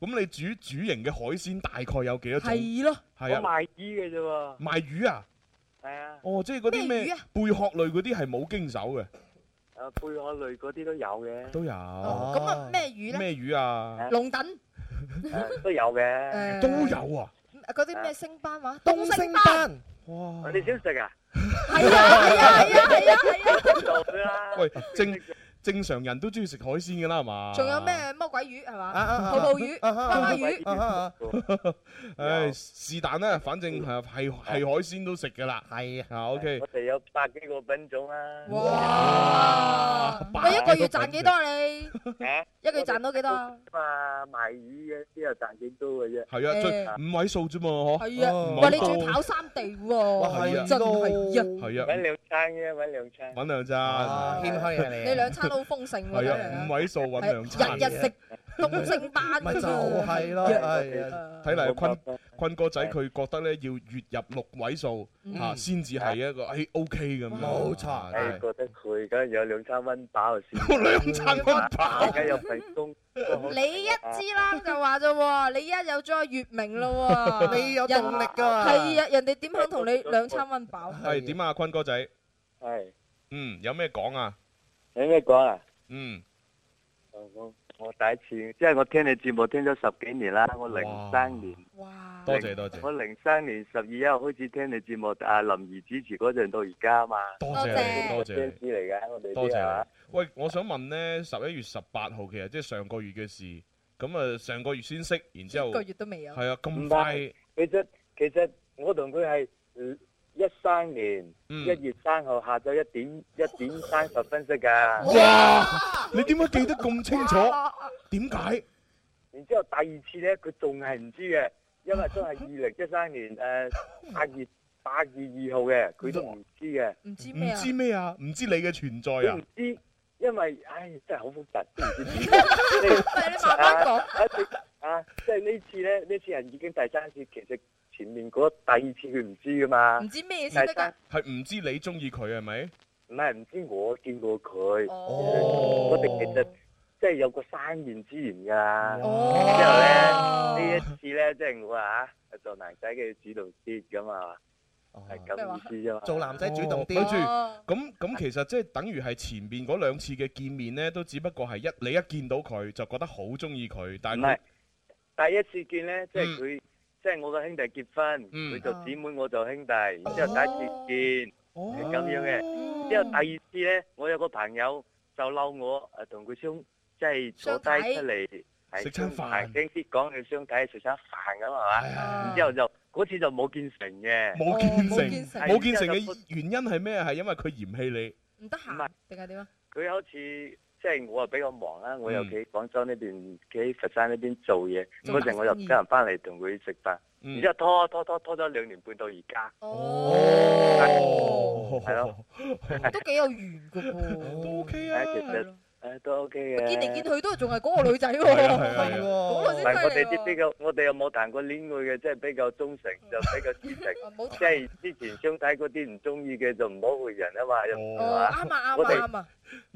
D: 吓，咁你煮煮型嘅海鮮大概有幾多種？
J: 係
E: 咯，
D: 係
J: 我
D: 啊，
J: 賣魚嘅啫喎，
D: 賣魚啊，
J: 係啊，
D: 哦，即係嗰啲
J: 咩
D: 咩
J: 魚啊
D: 貝殼類嗰啲係冇經手嘅，
J: 誒貝殼類嗰啲都有嘅，
D: 都有。
G: Ờ.
D: 咁
E: 啊，咩魚咧？
D: 咩魚啊？
E: 龍趸
J: 誒都有嘅，
D: 都有啊！
E: 嗰啲咩星斑話？
G: 東星斑。
D: 哇！
J: à. 你想食啊？
E: 係啊係啊係啊係啊係啊！
J: 到啦，
D: 喂，正正常人都中意食海鮮㗎啦，係嘛？
E: 仲有？咩魔鬼魚係嘛？
D: 啊啊
E: 泡泡魚、
D: 啊
E: 花
D: 啊
E: 花
D: 啊啊
E: 魚。
D: 啊唉，是但啦，反正係
E: 嗯
D: 係係海鮮都食㗎啦。係啊，OK。
J: 我哋有百幾個品種啦。
E: 哇！啊
D: 啊
E: 喂，一個月賺幾多啊你？
J: 啊
E: 一個月賺到幾多啊？
J: 嘛，賣魚嘅之後賺幾多嘅啫。
D: 係啊，
E: 誒
D: 最五位數啫嘛，嗬。
E: 係啊，
D: 唔係
E: 喂，
D: 好
E: 你仲
D: 多
E: 要跑三地
D: 哇係啊
E: 喎，真係
D: 係啊
J: 揾兩餐啫，揾兩餐。
D: 揾兩餐，
J: 謙虛啊你
E: 你兩餐都好豐盛喎，
D: 係
E: 真係
D: 啊，五位數揾兩餐，
E: 日日食東星斑，
G: 咪就係咯係啊
D: 睇嚟坤坤哥仔佢覺得咧要月入六位數
J: 嗯
D: 嚇，先至係一個誒 OK 咁樣。
J: 冇
D: 錯
J: 誒，覺得佢梗係有兩餐温飽就
D: 算。 兩餐温飽，
J: 而家有份工。
E: 你一支啦就話啫喎，你一有咗月明啦喎，
G: 你有動力㗎
E: 係啊，人哋點肯同你兩餐温飽？
D: 係點啊，坤哥仔？
J: 係。
D: 嗯，有咩講啊？
J: 有咩講啊？
D: 嗯，
J: 我我第一次，即係我聽你節目聽咗十幾年啦，我零三年。
D: 多謝多謝。
J: 我零三年十二一號開始聽你節目，阿林怡主持嗰陣到而家嘛。
D: 多謝多謝
J: ，fans 嚟嘅，我哋
D: 多
J: 啲
D: 謝
J: 啊
D: 你。喂，我想問呢，十一月十八號其實即係上個月嘅事，咁啊上個月先識，然之後
E: 一個月都未有
D: 係啊，咁
J: 唔
D: 快
J: 係其實其實我同佢係呃一三年
D: 嗯
J: 一月三號下晝一點一點三十分識噶。！
D: 哇！你點解記得咁清楚？點解？
J: 然之後第二次咧，佢仲係唔知嘅，因為都係二零一三年誒八月八月二號嘅，佢都唔知嘅。
E: 唔知
D: 唔知咩啊？唔知你嘅存在
J: 佢
D: 啊
J: 唔？知，因為唉真係好複雜，都唔 知點。
E: 你 慢慢講
J: 啊！即係呢次咧，呢次人已經第三次，其實前面嗰第二次佢唔知噶嘛。
E: 唔知咩先得㗎？
D: 係唔知你中意佢係咪？
J: 唔係唔知我見過佢，
D: 哦
J: 我哋其實即係有個生面之緣㗎。之後咧呢一次咧，即係我啊做男仔嘅主動啲咁啊，係咁意思啫嘛。
D: 咪住，咁咁其實即係等於係前面嗰兩次嘅見面呢，都只不過係一你一見到佢就覺得好中意佢，但係佢
J: 第一次見咧，即係佢，即係我嘅兄弟結婚，
D: 嗯
J: 佢就姊妹，我就兄弟，然之後第一次見係咁樣嘅。之後第二次咧，我有個朋友就嬲我，誒同佢相即係坐低出嚟係
D: 食餐
J: 相
D: 飯
J: 傾啲講佢相睇食餐飯咁係嘛？然之後就嗰次就冇見成嘅，
D: 冇見成，
J: 係
D: 冇見成
J: 然之後就
D: 嘅原因係咩啊？係因為佢嫌棄你。
E: 唔得閒定係點啊？
J: 佢好似即係我啊比較忙啦，我
E: 嗯
J: 又企廣州呢邊，企喺佛山呢邊做嘢，
D: 嗯
J: 嗰陣我又得閒翻嚟同佢食飯，
D: 嗯
J: 然之後拖拖拖拖咗兩年半到而家。
D: 哦，
J: 係咯，
E: 都幾有緣㗎噃，
D: 都 OK
J: 誒其實誒都 OK 嘅。
E: 見嚟見去都仲係嗰個女仔喎，
J: 係啊係啊係啊
E: 嗰個
J: 但係我
E: 先
J: 哋
E: 犀利
J: 啲
E: 喎。
J: 比較，我哋又冇談過戀愛嘅，即係比較忠誠，就比較忠 誠。即係之前相睇嗰啲唔中意嘅就唔好會人啊嘛，又唔
E: 哦，啱啊
J: 我
E: 啱啊
J: 哋
E: 啱啊！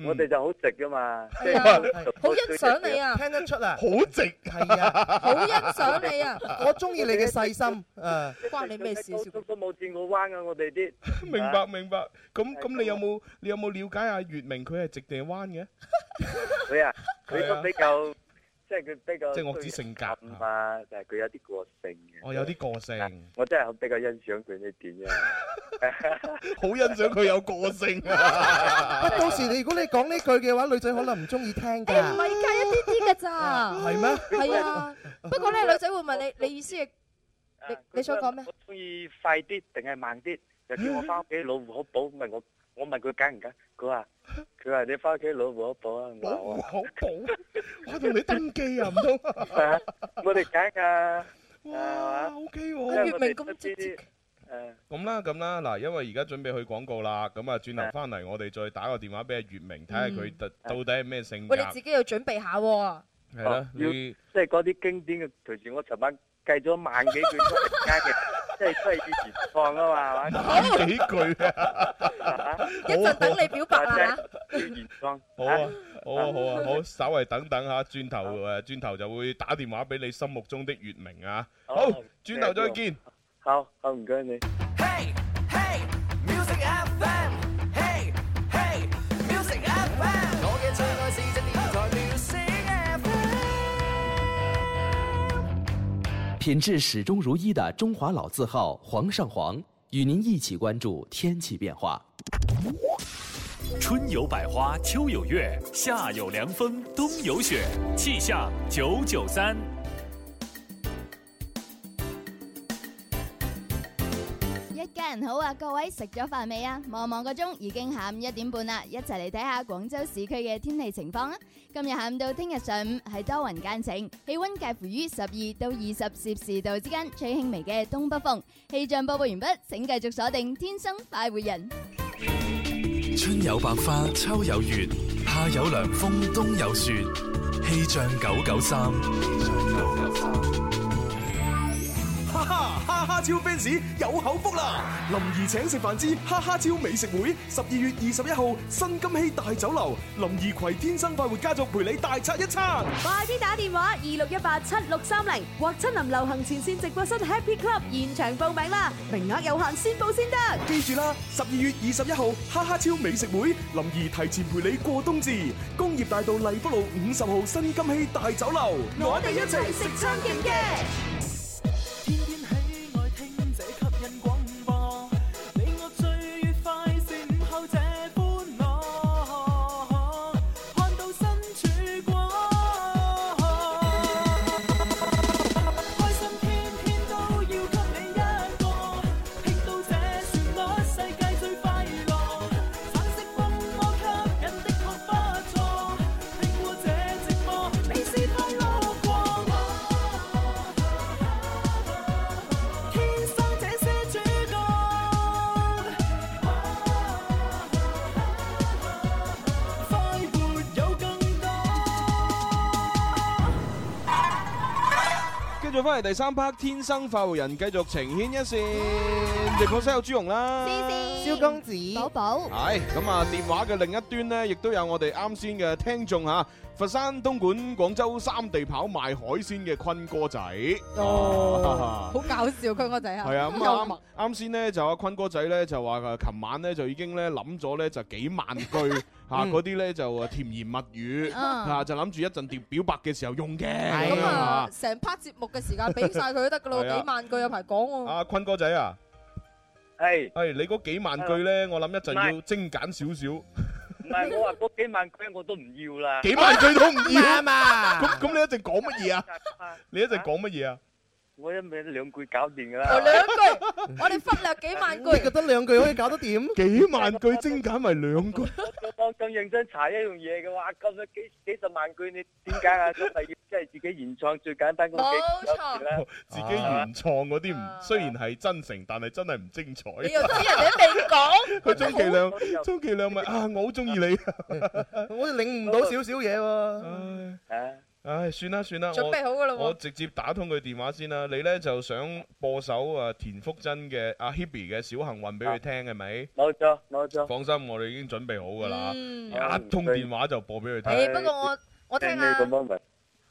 J: 我哋就好直噶嘛，即
E: 係啊好欣賞 你啊，
G: 聽得出啊，
D: 好直
G: 係啊，
E: 好欣賞 你啊
G: 我中意你嘅細心誒，
E: 關你咩事？
J: 高速都冇轉過彎啊！我哋啲
D: 明白明白。咁咁你有冇你有冇了解下月明佢係直定係彎嘅？
J: 佢 啊，佢
D: 係啊
J: 都比較，即係佢比較
D: 即係惡子性格哦
J: 啊嘛，但係佢有啲個性嘅。
D: 我有啲個性，
J: 我真係比較欣賞佢呢點嘅。
D: 好欣賞佢有個性啊！
G: 不過到時你如果你講呢句嘅話，女仔可能唔中意聽
E: 誒唔
G: 㗎。
E: 係㗎，一啲啲㗎咋。
G: 係咩
E: 係啊，不過咧，女仔會問你，你意思係 你你想講咩？
J: 我中意快啲定係慢啲？又叫我翻屋企老戶口簿，問我，我問佢揀唔揀？佢話佢話你翻屋企老戶口簿啊！我話我
D: 好補，我同你登記啊，唔通？
J: 係啊 我哋揀㗎。哇
D: ，OK
J: 喎
E: 月明咁直接，
J: 誒。
D: 咁啦，咁啦，嗱，因為而家準備去廣告啦，咁啊，轉頭翻嚟，我哋再打個電話俾阿月明，睇下佢特到底係咩性格。
E: 喂，你自己要準備下喎。
D: 係啦
J: 哦，要
D: 你
J: 即係嗰啲經典嘅，隨住我尋晚計咗萬幾句出嚟加嘅，即係都係以前放啊嘛，係嘛？
D: 萬幾句啊！
E: 一陣等你表白啊啦。
D: 好啊，好啊，好啊，好，稍為等等吓，轉頭誒，轉頭就會打電話俾你心目中的月明啊！好，轉頭再見。
J: 好，好唔該你。
T: Music FM, hey hey, Music FM，我嘅最愛是只電台 Music FM。
U: 品质始终如一的中华老字号皇上皇，与您一起关注天气变化。
V: 春有百花，秋有月，夏有凉风，冬有雪。气象九九三。
K: 一家人好啊！各位食咗飯未啊？望望個鐘，已經下午一點半啦，一齊嚟睇下廣州市區嘅天氣情況啊！今日下午到聽日上午係多雲間晴，氣温介乎於十二到二十攝氏度之間，吹輕微嘅東北風。氣象播報完畢，請繼續鎖定《天生快活人》。
W: 春有百花，秋有月，夏有涼風，冬有雪。氣象九九三。
A: 哈哈哈哈超 fans 有口福啦！林怡請食飯之哈哈超美食會，十二月二十一號新金禧大酒樓，林怡攜天生快活家族陪你大餐一餐。
B: 快啲打電話二六一八七六三零或親臨流行前線直播室 Happy Club 現場報名啦，名額有限，先報先得。
A: 記住啦，十二月二十一號哈哈超美食會，林怡提前陪你過冬至。工業大道荔北路五十號新金禧大酒樓，
B: 我哋一齊食餐勁嘅。
N: 天天喜愛聽這吸引廣播，你我最愉快是午後這歡樂，看到身曙光，開心天天都要給你一個，聽到這旋律世界最快樂，橙色風波吸引的確不錯，聽過這直播你是快樂過。天生這些主角，快活有更
D: 跟住翻嚟第三 part《天生快活人》，繼續呈牽一線，直播室有朱紅啦，
G: 蕭公子，
K: 寶寶
D: 係咁啊！電話嘅另一端呢，亦都有我哋啱先嘅聽眾嚇，佛山、東莞、廣州三地跑賣海鮮嘅坤哥仔。
E: 哦，好搞笑佢個仔啊！
D: 係啊，咁啊啱啱先咧就阿坤哥仔咧就話誒，琴晚咧就已經咧諗咗咧就幾萬 句嚇嗰啲咧就誒甜言蜜語
E: 嗯
K: 啊
D: 嚇，就諗住一陣碟表白嘅時候用嘅。
E: 咁啊
D: 嚇，
E: 成 part 節目嘅時間俾晒佢都得噶咯，
D: 係啊
E: 幾萬句有排講喎。
D: 阿坤哥仔啊，
J: 係
D: 係你嗰幾萬句咧，我諗一陣要精簡少 少，
J: 唔係，我話嗰幾萬句我都唔要啦。
D: 幾萬句都唔要
J: 啊嘛
D: 咁咁你一陣講乜嘢啊？你一陣講乜嘢啊？
J: 我一味兩句搞掂㗎啦。
E: 我哋忽略幾萬句，
G: 你覺得兩句可以搞得掂？
D: 幾萬句精簡為兩句。
J: 我咁認真查一樣嘢嘅話，咁樣幾幾十萬句，你點解啊？咁咪要即係自己原創最簡單嗰幾
E: 冇錯
J: 句啦。
D: 自己原創嗰啲唔雖然係真誠，但係真係唔精彩。
E: 啊你又知人哋未講，
D: 佢充其量，充其量咪啊！我好中意你，我領
G: 唔到少少 嘢喎。
J: 唉，
D: 唉，算啦算啦，
G: 準備
D: 我
G: 好㗎喇喎
D: 我直接打通佢電話先啦。你咧就想播首啊田馥甄嘅阿 Hebe 嘅《小幸運》俾佢聽係咪？
J: 冇錯冇錯。
D: 放心，我哋已經準備好㗎啦，
E: 啊嗯
D: 一通電話就播俾佢
E: 誒
D: 聽。
E: 不過我我聽
D: 你
E: 下。
J: moment，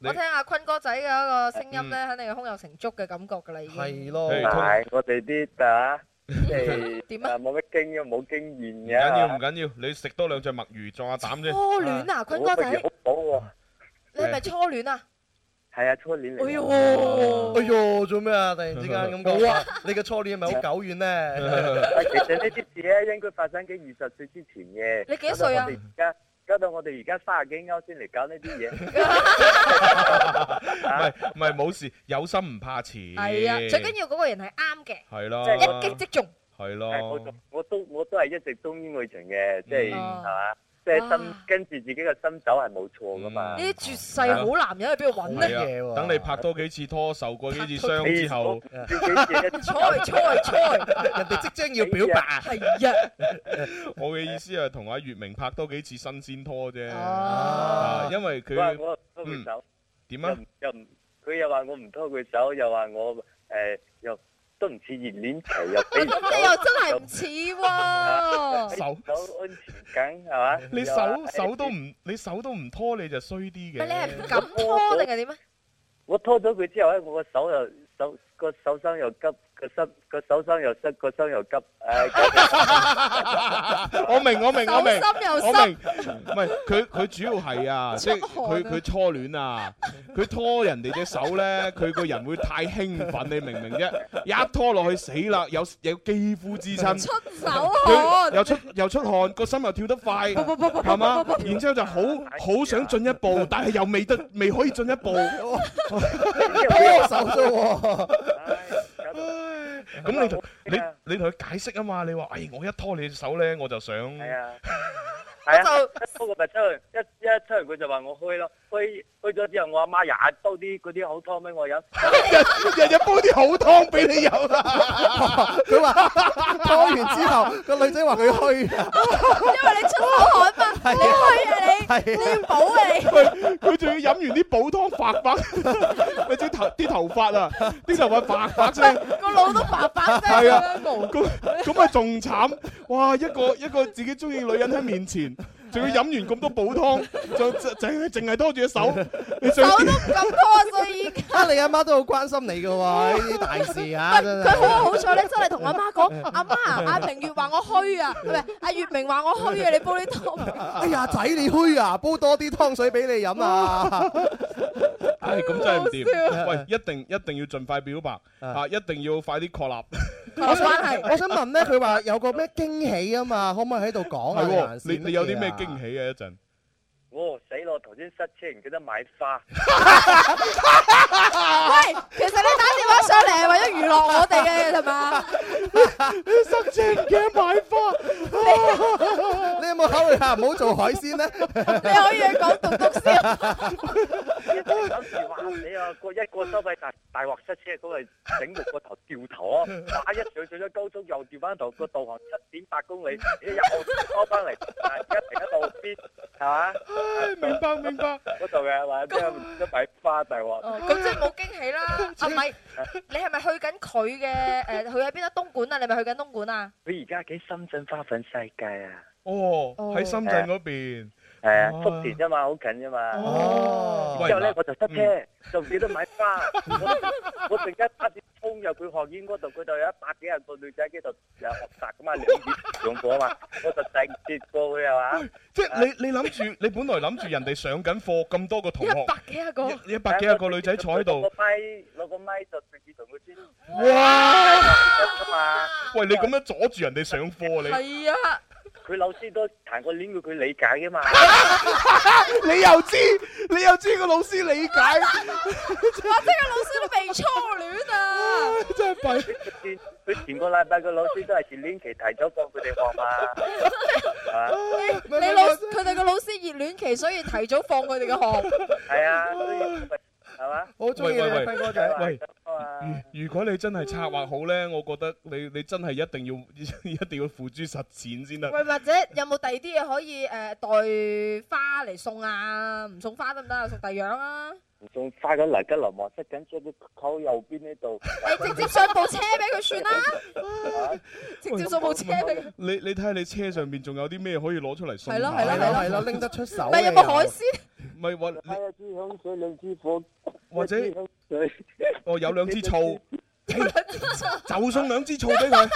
E: 我聽阿坤哥仔嘅一個聲音咧，肯定係胸有成竹嘅感覺㗎啦，已經。
G: 係
J: 唔
G: 咯
J: 係我哋啲啊，即係點啊？冇乜經驗，冇經
D: 唔
J: 驗嘅。
D: 緊要唔緊要，你食多兩隻墨魚壯下膽啫。
E: 初戀啊，坤哥仔，
J: 好喎，
E: 你係咪初戀啊？
J: 係啊，初戀嚟。
E: 哎呦，
G: 哎呦，做咩啊？突然之 間咁講話，你嘅初戀係咪好久遠 咧？
J: 啊，其實呢啲事咧應該發生喺二十歲之前嘅。
G: 你幾歲啊
J: 搞到我哋而家搞到我哋而家三十幾歐先嚟搞呢啲嘢。
D: 唔係唔係冇事，有心唔怕遲。
E: 係啊，最緊要嗰個人係啱嘅，
D: 係咯，
E: 一擊即中。
D: 係
J: 係我
D: 咯嗯
J: 都。我都我都係一直忠於愛情嘅，即係係
E: 哦
J: 嘛，即係心跟住自己嘅心走係冇錯噶嘛。
B: 嗯
E: 呢啲絕世好男人喺邊度揾
D: 係啊
E: 咧？
D: 等你拍多幾次拖，受過幾次傷之後，
E: 猜猜猜，
G: 人哋即將要表白，
E: 係啊，
D: 我嘅意思係同阿月明拍多幾次新鮮拖啫。
J: 哦
D: 啊因為
J: 佢話
D: 佢
J: 我拖佢手，
D: 點啊？
J: 又唔佢又話我唔拖佢手，又話我誒又都唔似熱戀期，又俾唔到
E: 咁你又真係唔似喎。
D: 手
J: 手安全感係嘛？
D: 你
J: 又話哎
D: 手手都唔你手都唔拖你就衰啲
E: 唔係你係
D: 嘅。
E: 唔敢拖定係點啊？
J: 我拖咗佢之後咧，我個手又手個手生又急，個心個手生又塞，個心又急，唉，
D: 我明我明我明，
J: 手心又濕
D: 我明，唔係佢佢主要係 啊，即係
J: 出汗啊
D: 佢佢初戀啊，佢拖人哋隻手咧，佢個人會太興奮，你明唔明啫？一拖落去死啦，有有肌膚之親，
N: 出手汗
D: 佢又出又出汗，個心又跳得快，係嘛？然之後就好好想進一 步，但係又未得未可以進一步，
G: 拖手啫喎。
D: 咁你同你你同佢解釋啊嘛？你話，哎，我一拖你隻手咧，我就想。
J: 係啊， 係啊，不過咪出去一一出嚟佢就話我開咯，開開咗之後我阿媽日日煲啲嗰啲好湯俾我飲，
D: 日日煲啲好湯俾你飲啊啦。
G: 佢話拖完之後，個女仔話佢虛啊，
E: 因為你出口汗嘛，你去啊你。
G: 係
E: 你要補啊你
D: 佢佢仲要飲完啲補湯白 白，咪啲頭啲頭髮啊，啲頭髮白白聲，
E: 個腦都白白聲
D: 係
E: 咁
D: 啊
E: 樣毛
D: 咁咁啊仲慘，哇！一個一個自己中意女人喺面前，仲要飲完咁多補湯，就就就淨係拖住隻手，你想
E: 手都唔敢拖，所以依家
G: 啊你阿媽都好關心你嘅喎，呢啲大 事啊，真係
E: 佢好 好彩咧，真係同阿媽講，阿媽阿明月話我虛啊，唔係阿月明話我虛啊，你煲啲湯。
G: 哎呀，仔你虛啊，煲多啲湯水俾你飲 啊！
D: 唉，咁真係唔
G: 好笑
D: 掂。喂，一定一定要盡快表白啊！一定要快啲確立。
G: 我想 我想問咧，佢話有個咩驚喜啊嘛，可唔可以喺度講
D: 係
G: 啊
D: 喎？，你你有啲咩驚喜啊？一陣。
J: 我哦死咯！頭先塞車唔記得買花，
E: 喂，其實你打電話上嚟係為咗娛樂我哋嘅係嘛？
D: 塞車唔記得買
G: 花，你有冇考慮下唔好做海鮮咧？
E: 你可以去講獨角
J: 有時話你啊，個一個收費大大鑊塞車，嗰個整到個頭掉頭啊！哇！一上上咗高速又掉翻頭，個導航七點八公里，一又拖翻嚟，啊一停喺路邊，係嘛？
D: 明白明白。
J: 嗰度嘅係嘛？即係唔記得買花大鑊。
E: 咁即係冇驚喜啦。啊唔係，你係咪去緊佢嘅？誒，佢喺邊啊？東莞啊？你咪去緊東莞啊？
J: 佢而家喺深圳花粉世界啊！
D: 哦，喺深圳嗰邊。
J: 係啊，福田啫嘛，好近啫嘛。
D: 哦
J: 之後咧我就塞
D: 嗯
J: 車，就唔記得買 花。我我突然間差點衝入佢學院嗰度，佢就有一百幾人個女仔喺度又學習咁啊嘛，兩月兩個 啊嘛，我就直接過去係嘛。
D: 即係你你諗住，你本來諗住人哋上緊課咁多個同學，
E: 幾啊個？
D: 一百幾十個女仔坐喺度
J: 攞個，咪，攞個咪就直接同佢先。
D: 哇！
J: 得啊嘛？
D: 喂，你咁樣阻住人哋上課你。
E: 啊係啊。
J: 佢老師都彈過鏈，佢理解嘅嘛。
D: 你又知，你又知個老師理解，
E: 哇！即係老師都未初戀啊！
D: 真係弊。
J: 佢前個禮拜個老師都係前年期提咗過佢哋學嘛。係 嘛
E: 你老佢哋個老師熱戀期，所以提早放佢哋嘅學。
J: 係啊，所以咪係嘛？啊
G: 好
D: 喂喂喂，喂，啊
J: 喂
D: 如如果你真係策劃好咧，我覺得你你真係一定要 一定要付諸實踐先得。
E: 喂，或者有冇第二啲嘢可以誒、呃代花嚟送啊？唔送花得唔得啊？送第二樣啊！
J: 仲快緊嚟吉林望，塞緊車啲口右邊呢度。
E: 你直接上部車俾佢算啦，直接送部車俾佢。
D: 你你睇下你車上面仲有啲咩可以攞出嚟送？
E: 係咯係咯係咯係咯
G: 拎得出手
E: 咪有冇海鮮？
D: 唔係或
J: 一支香水，兩支火，
D: 或者
J: 水，
D: 哦有兩 支醋，就送兩支醋俾佢。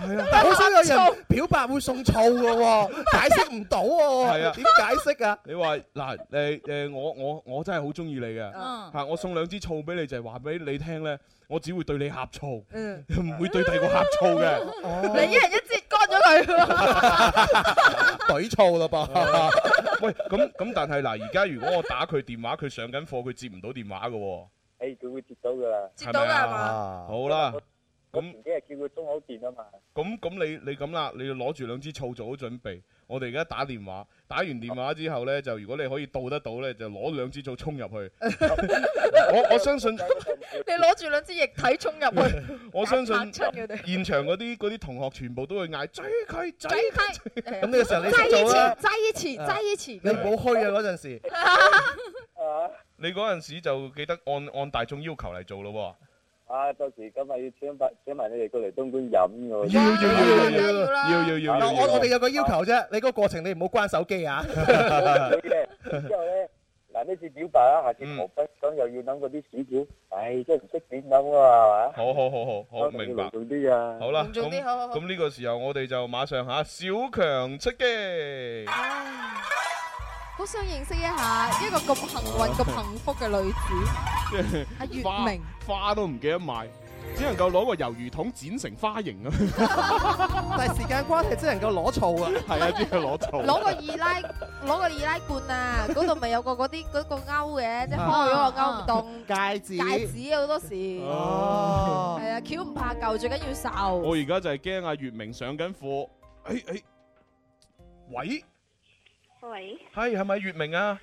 D: 係啊，
G: 但好 少有人表白會送醋嘅喎，解釋唔到
D: 係
G: 喎，
D: 啊
G: 點解釋啊？
D: 你話嗱誒誒，我我我真係好中意你嘅
G: 嗯
D: 嚇，我送兩支醋俾你就係話俾你聽咧，我只會對你呷醋，
E: 嗯
D: 唔會對第二個呷醋 嘅。
E: 你一人一截乾咗佢。
D: 懟醋啦噃！ 喂，咁咁，但係嗱，而家如果我打佢電話，佢上緊課，佢接唔到電話嘅喎，
J: 誒佢會接到㗎啦。
D: 係咪啊？好啦，
J: 我前幾日叫佢充好電啊嘛。
D: 咁咁你你咁啦，你要攞住兩支醋做好準備。我哋而家打電話，打完電話之後呢，就如果你可以到得到呢，就攞兩支醋衝入去。我我相信。
E: 你攞住兩支液體衝入去，
D: 我相信
E: 打親佢哋
D: 現場嗰啲嗰啲同學全部都會嗌追佢追
E: 佢，
G: 咁呢個時候你
E: 擠
G: 識做啦
E: 一次，擠一次，擠一次。
G: 你唔好虛啊嗰陣時，
J: Ờ,
D: 你嗰陣時就記得按按大眾要求嚟做咯
J: 啊，到時今日要請埋請埋你哋過嚟東莞飲㗎喎。
D: 要要要要
J: 要要
D: 要要要要
G: 嗱我我哋有個要求啫，你嗰個過程你唔好關手機啊。
J: 之後咧，嗱嗱呢次表白啊，下次求婚咁又要諗嗰啲屎條，唉，真係唔識點諗啊，係嘛？
D: 好好好好好，明白。
J: 啲啊！
D: 好啦，
J: 隆
D: 咁
J: 重啲好好好
D: 咁呢個時候我哋就馬上吓小強出擊。
E: 好想認識一下一個咁幸運、咁幸福嘅女 子，阿月
D: 花
E: 明
D: 花都唔記得賣，只能夠攞個魷魚筒剪成花形啊！
G: 但係時間關係，只能夠攞醋啊！
D: 係啊，只係攞醋。
E: 攞個二奶，攞個二奶罐啊！嗰度咪有個嗰啲嗰個鈎嘅，即係開咗個鈎洞。
G: 戒指
E: 戒指好多時，係啊，橋唔怕舊，最緊要受。
D: 我而家就係驚阿月明上緊課。誒誒，喂，
O: 喂，
D: 係係咪月明啊？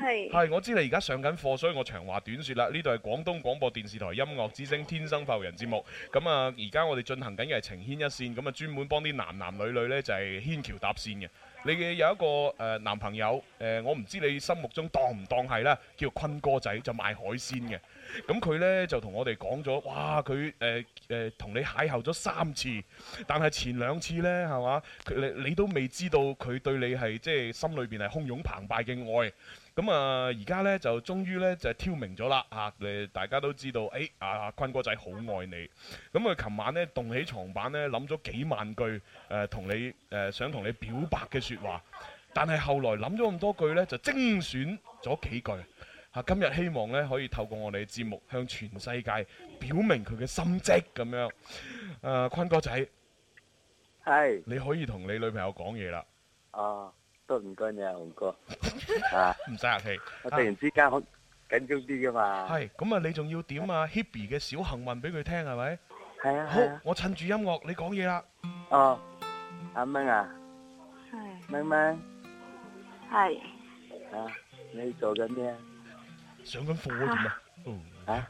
O: 係
D: 係，我知你而家上緊課，所以我長話短説啦。呢度係廣東廣播電視台音樂之聲《天生發育人》節目。咁啊，而家我哋進行緊嘅係情牽一線，咁啊專門幫啲男男女女呢就係牽橋搭線嘅。你嘅有一個誒、呃男朋友，誒、我唔知你心目中當唔當係啦，叫坤哥仔，就賣海鮮嘅。咁佢呢就同我哋講咗，哇！佢誒誒同你邂逅咗三次，但係前兩次呢，係嘛，佢你你都未知道佢對你係即係心裏邊係洶湧澎湃嘅愛。咁啊，而家呢，就終於呢，就係挑明咗啦嚇！你大家都知道，誒、啊坤哥仔好愛你。咁啊，琴晚呢，動起床板呢，諗咗幾萬句誒同、你誒、呃想同你表白嘅説話，但係後來諗咗咁多句呢，就精選咗幾句。啊，今日希望咧可以透過我哋嘅節目，向全世界表明佢嘅心跡咁樣。誒、坤哥仔，
J: 係
D: 你可以同你女朋友講嘢啦，
J: 啊，都唔該你啊，洪哥。啊，
D: 唔使客氣。
J: 我突然之間好緊張啲噶嘛。
D: 係咁啊！你仲要點啊 Hebe 嘅小幸運俾佢聽係咪？
J: 係啊
D: 好
J: 係啊，
D: 我趁住音樂你講嘢啦。
J: 哦，阿蚊啊，蚊蚊
O: 係
J: 啊，你做緊咩啊？
D: 上緊課點啊？
J: 啊，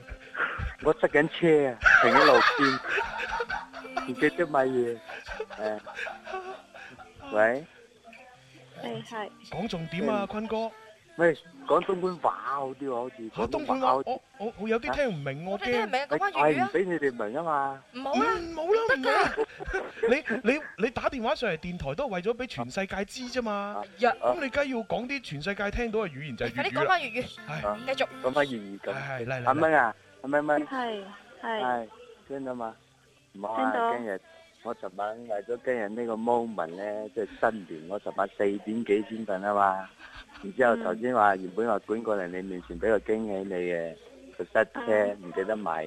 J: 我塞緊車啊，停喺路邊，唔記得買嘢。誒，喂，
O: 係係
D: 講重點
J: 嗯
D: 啊，坤哥。
J: 喂，講東莞話好啲喎，好似
D: 我東莞話我我我有啲聽唔明，我
J: 你聽唔明
D: 驚。
J: 講翻粵語啊我係唔俾你哋明啊嘛。
E: 唔好啦，
D: 唔好啦，唔好啦。你你你打電話上嚟電台都係為咗俾全世界知啫
J: 啊
D: 嘛。咁你梗係要講啲全世界聽到嘅語言就係粵語啦。
O: 粵
D: 語，
O: 繼續。
J: 講翻粵語咁。
D: 係嚟嚟
J: 阿蚊啊，阿蚊蚊。
O: 係係
J: 係聽到嘛？唔好啊
O: 聽！到
J: 今日我尋晚為咗今日呢個 moment 咧，即係新年，我尋晚四點幾先瞓啊嘛。然之後
O: 嗯
J: 頭先話原本話趕過嚟你面前俾個驚喜你嘅，佢塞車
O: 嗯
J: 唔記得買，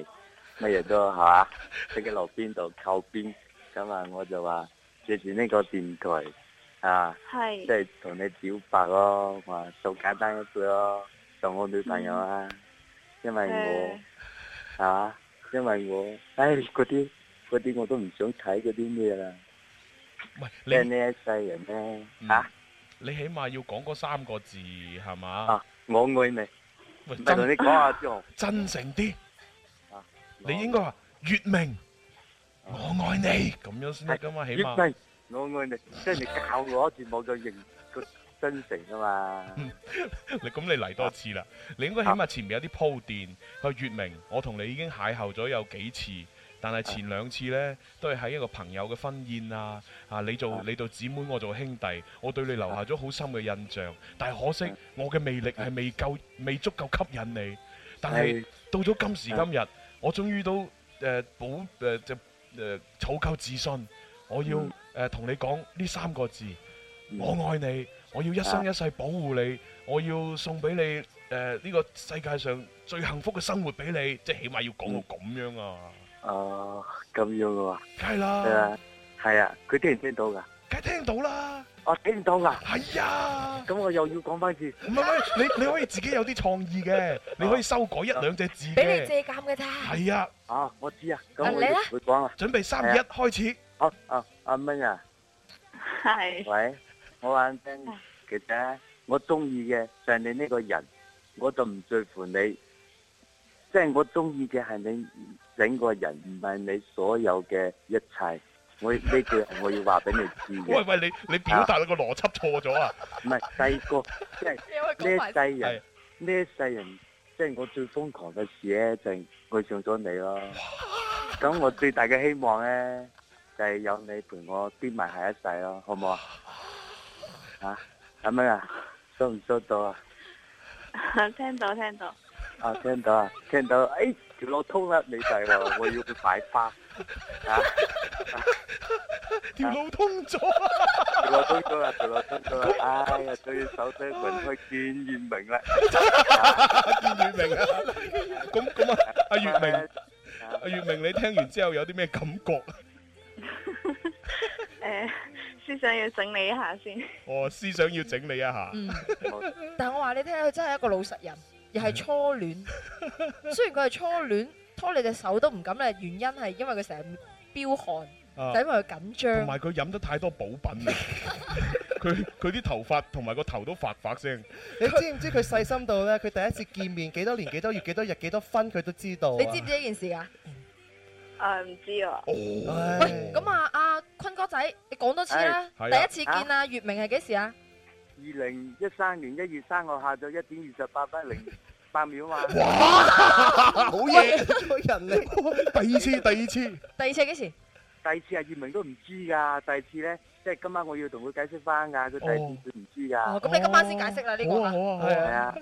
J: 乜嘢都係嘛，即喺路邊度靠邊。咁啊，我就話借住呢個電台啊，
O: 係
J: 即係同你表白咯，我話做簡單一句咯，做我女朋友啊，因為我。係嘛？因為我，唉，嗰啲嗰啲我都唔想睇嗰啲咩啦。
D: 喂，
J: 即係呢一啊世人咧，
D: 嗯
J: 吓，
D: 你起碼要講嗰三個字係嘛
J: 啊？我愛你。
D: 喂，
J: 唔係同你講啊，朱紅。
D: 真誠啲
J: 啊。
D: 你應該話月明，我愛你咁樣先得噶嘛，起
J: 越
D: 碼
J: 係。我愛你，即係你教我一次冇再認個真誠啊嘛。
D: 嗯 你咁你嚟多次啦，你應該起碼前面有啲鋪墊。佢話月明，我同你已經邂逅咗有幾次，但係前兩次呢，都係喺一個朋友嘅婚宴啊，啊你做你做姊妹，我做兄弟，我對你留下咗好深嘅印象。但係可惜我嘅魅力係未夠，未足夠吸引你。但係
J: 係
D: 到咗今時今日，我終於都誒保誒就誒儲夠自信，我要
J: 嗯
D: 誒同你講呢三個字。
J: 嗯
D: 我愛你，我要一生一世保護你，我要送俾你誒呢個世界上最幸福嘅生活俾你，即係起碼要講到咁樣啊！
J: 哦，咁樣嘅話。
D: 梗係啦
J: 係啊，係啊，佢聽唔聽到噶？
D: 梗係聽到啦，
J: 我聽唔到噶。
D: 係啊。
J: 咁我又要講翻次。
D: 唔係唔係，你你可以自己有啲創意嘅，你可以修改一兩隻字
E: 俾你
D: 嘅，
E: 借鑑嘅咋？
D: 係啊，
J: 啊，我知啊，
E: 啊
J: 咁我
E: 你啦
J: 會講啊。
D: 準備三二一開始。
J: 好啊，阿蚊啊。
O: 係
J: 喂，我話你聽，其實呢我中意嘅就係你呢個人，我就唔在乎你，即係我中意嘅係你整個人，唔係你所有嘅一切。我呢句係我要話俾你知嘅。
D: 喂喂，你你表達個邏輯錯咗啊！
J: 唔係細個，即係呢一世人，呢一世人，即係我最瘋狂嘅事咧，就係愛上咗你咯。咁我最大嘅希望咧，就係有你陪我邊埋下一世咯，好唔好啊？啊，阿妹啊，收唔收到啊？
B: 聽到聽到，
J: 啊，聽到啊，聽到，哎，條路通啦，你就係話我要去買花，啊，
D: 條路通咗，
J: 條路通咗啦，條路通咗啦，哎呀，對手咧雲開見月明啦，
D: 見月明啊，咁咁啊，阿月明，阿月明，你聽完之後有啲咩感覺？
B: 诶、思想要整理一下先。
D: 哦，思想要整理一下。啊
E: 但我話你聽，佢真係一個老實人，又係初 戀。雖然佢係初戀，拖你隻手都唔敢咧，原因係因為佢成日飆汗，
D: 啊
E: 就因為佢緊
D: 同
E: 張。
D: 埋佢飲得太多補品啊！ 佢佢啲頭髮同埋個頭都發發聲。
G: 你知唔知佢細心到咧？佢第一次見面幾多年、幾多月、幾多日、幾多分，佢都知道啊。
E: 你知唔知呢件事㗎？
B: 诶，唔知啊。
G: 喂，
E: 咁啊，阿坤哥仔，你講多次啦。
J: 係
E: 第
J: 係啊
E: 一次見啊，月明係幾時啊？
J: 二零一三年一月三號下晝一點二十八分零八秒嘛，
D: 啊
G: 好嘢，人嚟。
D: 第二次，第二次。
E: 第二次係幾時？
J: 第二次阿葉明都唔知㗎，第二次咧，即係今晚我要同佢解釋翻㗎，佢第二次佢唔知㗎。
E: 哦，咁你今晚先解釋啦呢個啊。
D: 係啊，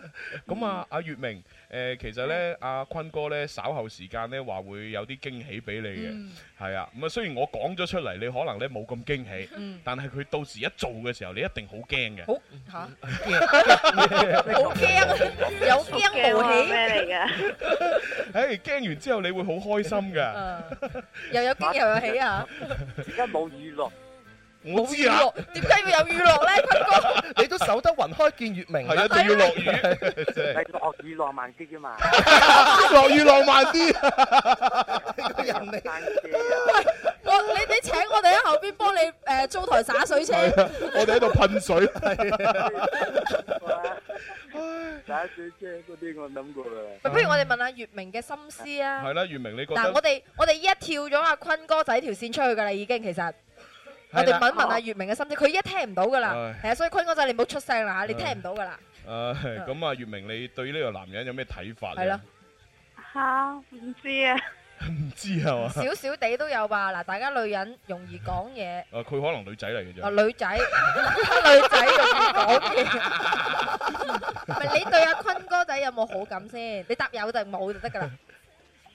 D: 咁
E: 嗯
D: 啊，阿月明，誒，其實咧，阿坤哥咧，稍後時間咧話會有啲驚喜俾你嘅
E: 嗯，
D: 係啊，咁啊，雖然我講咗出嚟，你可能咧冇咁驚喜
E: 嗯，
D: 但係佢到時一做嘅時候，你一定好驚嘅。
E: 好吓，好驚，有驚無喜
B: 咩嚟嘅？
D: 誒，驚完之後你會好開心 㗎。
E: 啊又有驚又有喜啊！
J: 而家冇雨落，
D: 我
E: 知啊，點解要有雨落咧？坤哥，
G: 你都守得雲開見月明。
D: 係啊，仲要落雨， 真係
J: 係落雨浪漫啲㗎嘛。
E: 啊
D: 落雨浪漫啲。
E: 我你你請我哋喺後邊幫你誒租台灑水車，
D: 係啊我哋喺度噴水。
E: 啊
J: 打水車嗰啲我諗過啦。
E: 不如我哋問下月明嘅心思啊！
D: 係啦，月明你覺
E: 嗱，我
D: 得？
E: 哋我哋依家跳咗阿坤哥仔條線出去㗎啦，已經其實。我哋問一問阿月明嘅心思，佢依家聽唔到㗎啦，係啊，所以坤哥仔你唔好出聲啦嚇，你聽唔到㗎啦，
D: 誒，咁啊，月明你對呢個男人有咩睇法
E: 係
D: 咧
E: 咯？
B: 吓，唔知啊。
D: 唔知係嘛？
E: 少少地都有吧。嗱，大家女人容易講嘢，
D: 啊，佢可能女仔嚟嘅啫。
E: 啊女仔，女仔容易講嘢。唔係你對阿坤哥仔有冇好感先？你答有定冇就得 㗎啦。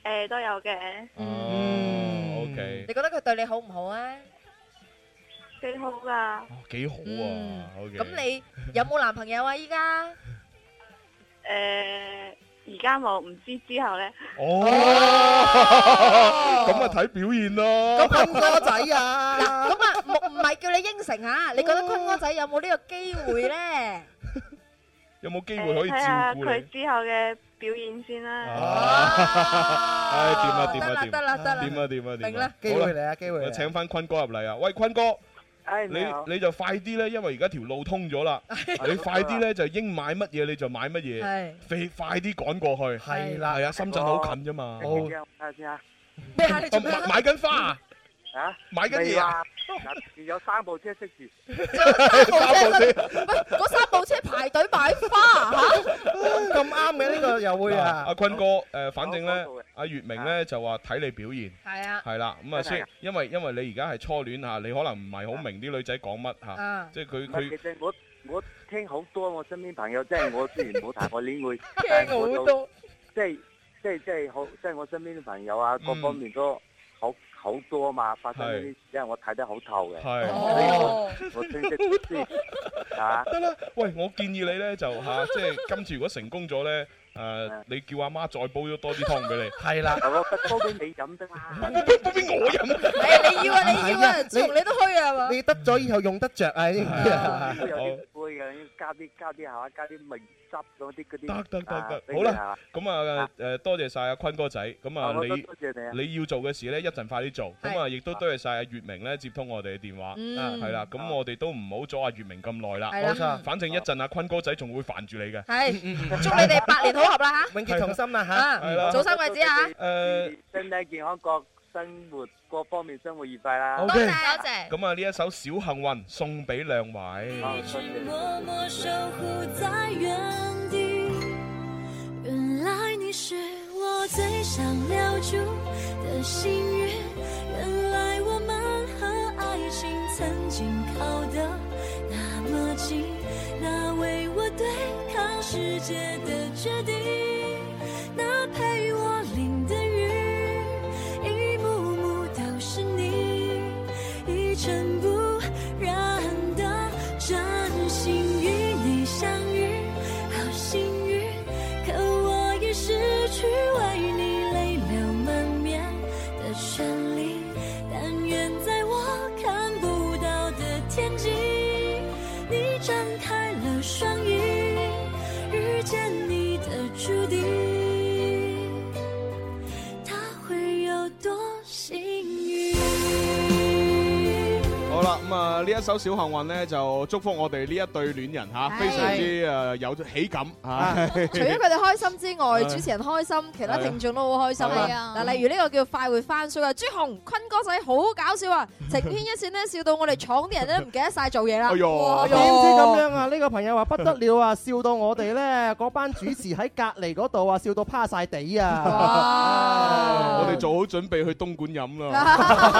B: 诶、都有嘅，
E: 嗯
D: 哦
E: 你
D: Ờ, OK，
E: 覺得佢對你好唔好啊？
B: 幾好噶。
D: 幾好
B: 嗯
D: 啊，OK。
E: 咁你有冇男朋友啊？依家
B: 诶、而家冇，唔知之後咧，
D: 哦，咁啊睇表現咯。
G: à.
E: 嗱，咁啊，唔唔係叫你應承 啊，你覺得坤哥仔有冇呢個機會咧？
D: 有冇機會可以照
B: 睇下
D: 顧
B: 啊佢
D: 你？啊
B: 之後嘅表現先啦。
D: 唉，掂啊掂
B: 得
D: 啊
B: 啦
D: 掂，
B: 得啦得啦
D: 掂啊掂啊掂啊，
B: 明啦
G: 機會嚟啊機會嚟啊
D: 我請翻坤哥入嚟啊！喂，坤哥。
J: 唉
D: 你你就快啲咧，因為而家條路通咗啦，你快啲咧就應買乜嘢你就買乜嘢
J: 係，
D: 快快啲趕過去。
J: 係啦
D: 係啊，深圳好近啫嘛。
J: 好，我睇下先啊。
E: 咩啊？你
D: 做咩啊買緊花啊？
J: 啊？
D: 買緊嘢啊
J: 未啊？嗱，有三部車識住。
E: 三部車，喂， 嗰三部車排隊買花啊嚇！
G: 咁啱嘅呢個又會
D: 嗱
G: 啊。
D: 阿坤哥誒，反正咧，阿月明咧就話睇你表現。
E: 係啊，
D: 係啦，咁啊，
J: 真係
D: 雖
J: 啊
D: 因為因為你而家係初戀嚇，你可能唔係好明啲女仔講乜嚇
J: 啊，
D: 即係佢
J: 唔係
D: 佢
J: 其實我我聽好多我身邊朋友，即係我雖然冇談 過戀愛，但
E: 聽
J: 係我
E: 好
J: 就
E: 多，
J: 即係即係即係好，即係我身邊啲朋友啊，各
D: 嗯
J: 方面都好好多嘛，發生呢啲
D: 係
J: 事，因為我睇得好透嘅。
D: 係
J: 所以我我推析即啊嚇
D: 得啦。喂，我建議你咧就嚇，即係今次如果成功咗咧，誒，你叫阿媽再煲咗多啲湯 俾你。
G: 係啦，
J: 我煲俾你飲得嘛。
D: 煲俾我飲。
E: 係你要啊，你要
G: 係
E: 啊
G: 啊，你
E: 從你都虛啊係嘛？
G: 你得咗以後用得着啊！呢啲啊
J: 都有啲杯嘅，要加啲加啲嚇，加啲味汁嗰啲嗰啲。
D: 得得
J: 啊
D: 得
J: 俾
D: 得，好
J: 佢
D: 啦
J: 啊，
D: 咁啊誒多謝晒阿坤哥仔，咁
J: 啊
D: 啊
J: 我都多謝你啊
D: 你你要做嘅事咧一陣快啲做，咁啊亦都多謝晒阿月明咧接通我哋嘅電話，
E: 嗯
D: 啊係啦，咁我哋都唔好阻阿月明咁耐啦，
E: 係啦冇錯
D: 反正一陣阿坤哥仔仲會煩住你嘅，
E: 係，祝你哋百年好合啦嚇！
G: 永結同心啦嚇
D: 係啦
E: 啊，早生貴子啊！
D: 誒。
J: 身體健康，各生活各方面生活愉快啦。
D: OK
E: 多謝
D: 咁啊呢一首《小幸運》送俾兩位。
M: 默默守护在原地。原来你是我最想留住的幸运，原来我们和爱情曾经靠得那么近，那为我对抗世世界的决定。那陪我淋的雨，一幕幕都是你，一尘不染的真心与你相遇，好幸运。可我已失去为你泪流满面的权利。但愿在我看不到的天际，你张开了双翼，遇见你的注定，他会有多幸运？
D: 好啦，咁啊呢一首《小幸運》咧，就祝福我哋呢一對戀人嚇，非常之誒有喜感嚇。
E: 除咗佢哋開心之外，
D: 係
E: 主持人開心，其他
D: 係啊
E: 聽眾都好開心
D: 係
E: 啊
D: 啊！
E: 嗱，例如呢個叫快活翻書啊，朱紅坤哥仔好搞笑啊！情牽一線呢，笑到我哋廠啲人都唔記得晒做嘢啦。
D: 嗯哎呦
E: 哇
G: 點知咁樣啊？呢個朋友話不得了啊，笑到我哋咧，嗰班 主持喺隔離嗰度啊，笑到趴晒地啊！
D: 我哋 做好準備去東莞飲啦。
E: 上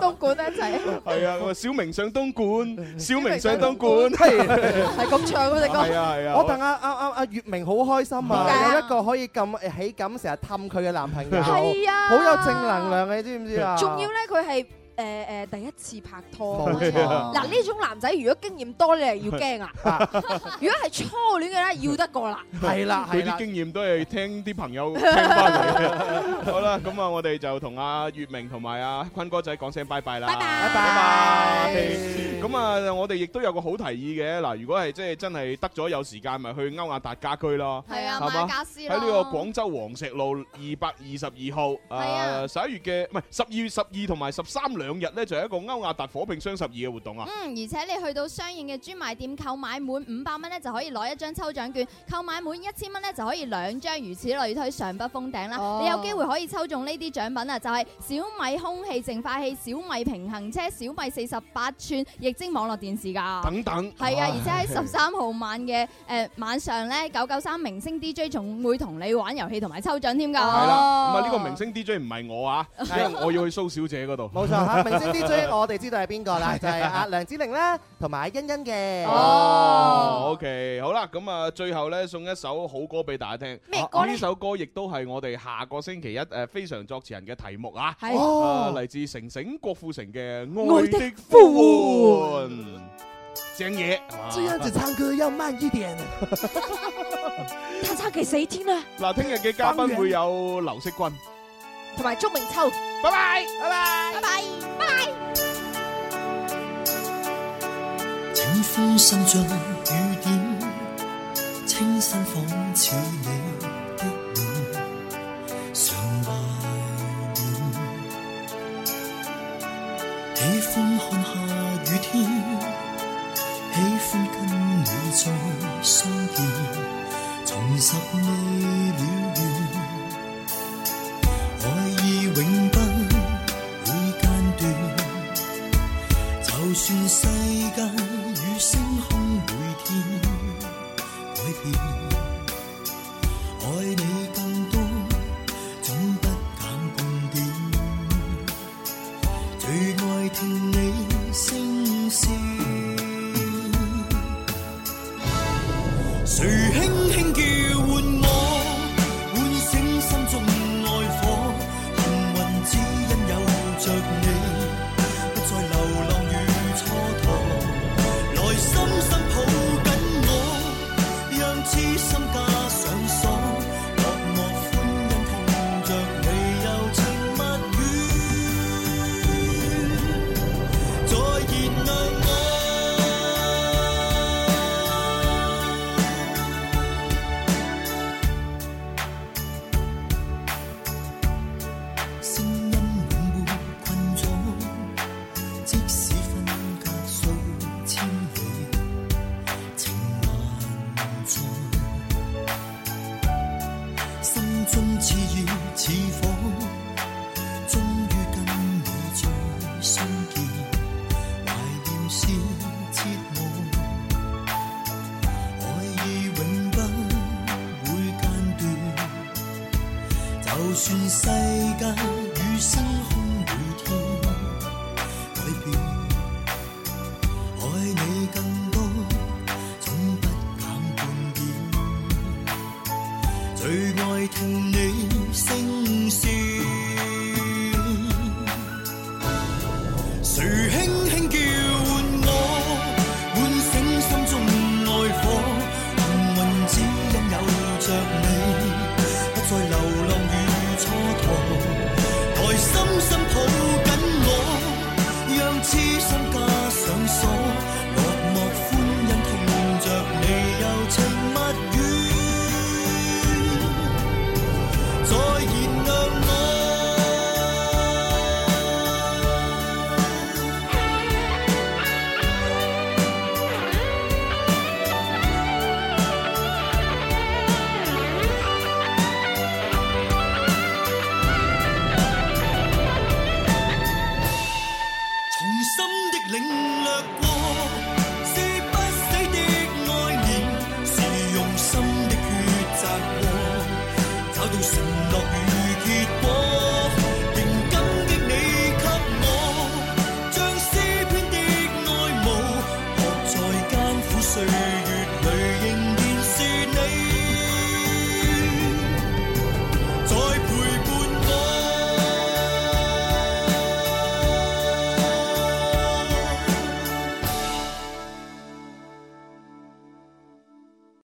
E: 東莞一齊，
D: 係啊，我小明上 東莞，小明上東莞，
E: 係咁唱嗰只歌。
D: 係啊係啊，
G: 我等阿阿阿阿月明好開心啊！有一個可以咁喜感，成日氹佢嘅男朋友，
E: 係啊
G: 好有正能量嘅，你知唔知啊？
E: 仲要咧，佢係誒誒第一次拍拖。
G: 冇錯
E: 嗱，呢種男仔如果經驗多，你係要驚啊！如果係初戀嘅咧，要得過啦。
G: 係啦
D: 佢
G: 係啦
D: 啲經驗都係聽啲朋友聽 翻 嚟嘅。好啦，咁啊，我哋就同阿月明同埋阿坤哥仔講聲拜拜啦。拜拜拜拜。咁啊，我哋亦都有個好提議嘅。嗱，如果係即係真係得咗有時間，咪去歐亞達家居咯。
K: 係啊
D: 係
K: 買
D: 嘛
K: 家私
D: 喺
K: 咯
D: 呢個廣州黃石路二百二十二號。誒，十一月嘅唔係十二月十二同埋十三兩日咧，就係一個歐亞達火拼雙十二嘅活動啊。
K: 嗯，而且你去到相應嘅專賣店購買滿五百蚊咧，就可以攞一張抽獎券；購買滿一千蚊咧，就可以兩張，如此類推，上不封頂啦。
E: 哦
K: 你有機會可以抽中呢啲獎品啊，就係、小米空氣淨化器、小米平衡車、小米四十八寸液晶網絡電視㗎。
D: 等等。
K: 係啊，而且喺
D: 唉
K: 十三號晚嘅誒、呃晚上咧，九九三明星 DJ 仲會同你玩遊戲同埋抽獎添㗎。
D: 係啦，咁啊呢個明星 DJ 唔係 我啊，因為我要去蘇小姐嗰度。冇
G: 冇錯嚇，明星 DJ 我哋知道係邊個啦，就係阿梁子玲啦，同埋阿欣欣嘅。
D: 哦，OK，好啦，咁啊，最後咧送一首好歌俾大家聽。啊
G: 咩歌呢
D: 呢首歌亦都係我哋下個星期一誒非常作詞人嘅題目啊。
E: Ờ,
G: 係哦
D: 啊嚟自成成郭富城嘅《
G: 愛
D: 愛
G: 的
D: 的呼喚》，正嘢。啊
G: 這樣子唱歌要慢一點。
E: 他唱給誰聽呢？
D: 嗱，聽日嘅嘉賓會有劉惜君。
E: 同埋祝明秋，
D: 拜拜，
E: 拜拜，拜拜，拜拜。
T: 清風滲進雨點，清新仿似你的臉，常懷念。喜歡看下雨天，喜歡跟你再相見，重拾未了緣，愛意永不會間斷。就算世界與星空每天改變，愛你更多，總不減半點。最愛聽你聲線，誰輕輕叫喚我，喚醒心中愛火，幸運只因有着你。不再流浪與蹉跎，來深深抱緊我，讓痴心加上鎖。落寞歡欣聽着你柔情蜜語，再燃亮我。聲音永沒困阻。即使分隔數千里，情還在。心中似熱似火，終於跟你再相見，懷念是折磨，愛意永不會間斷。就算世界與星空每天。改變，愛你更多，總不減半點。最愛聽你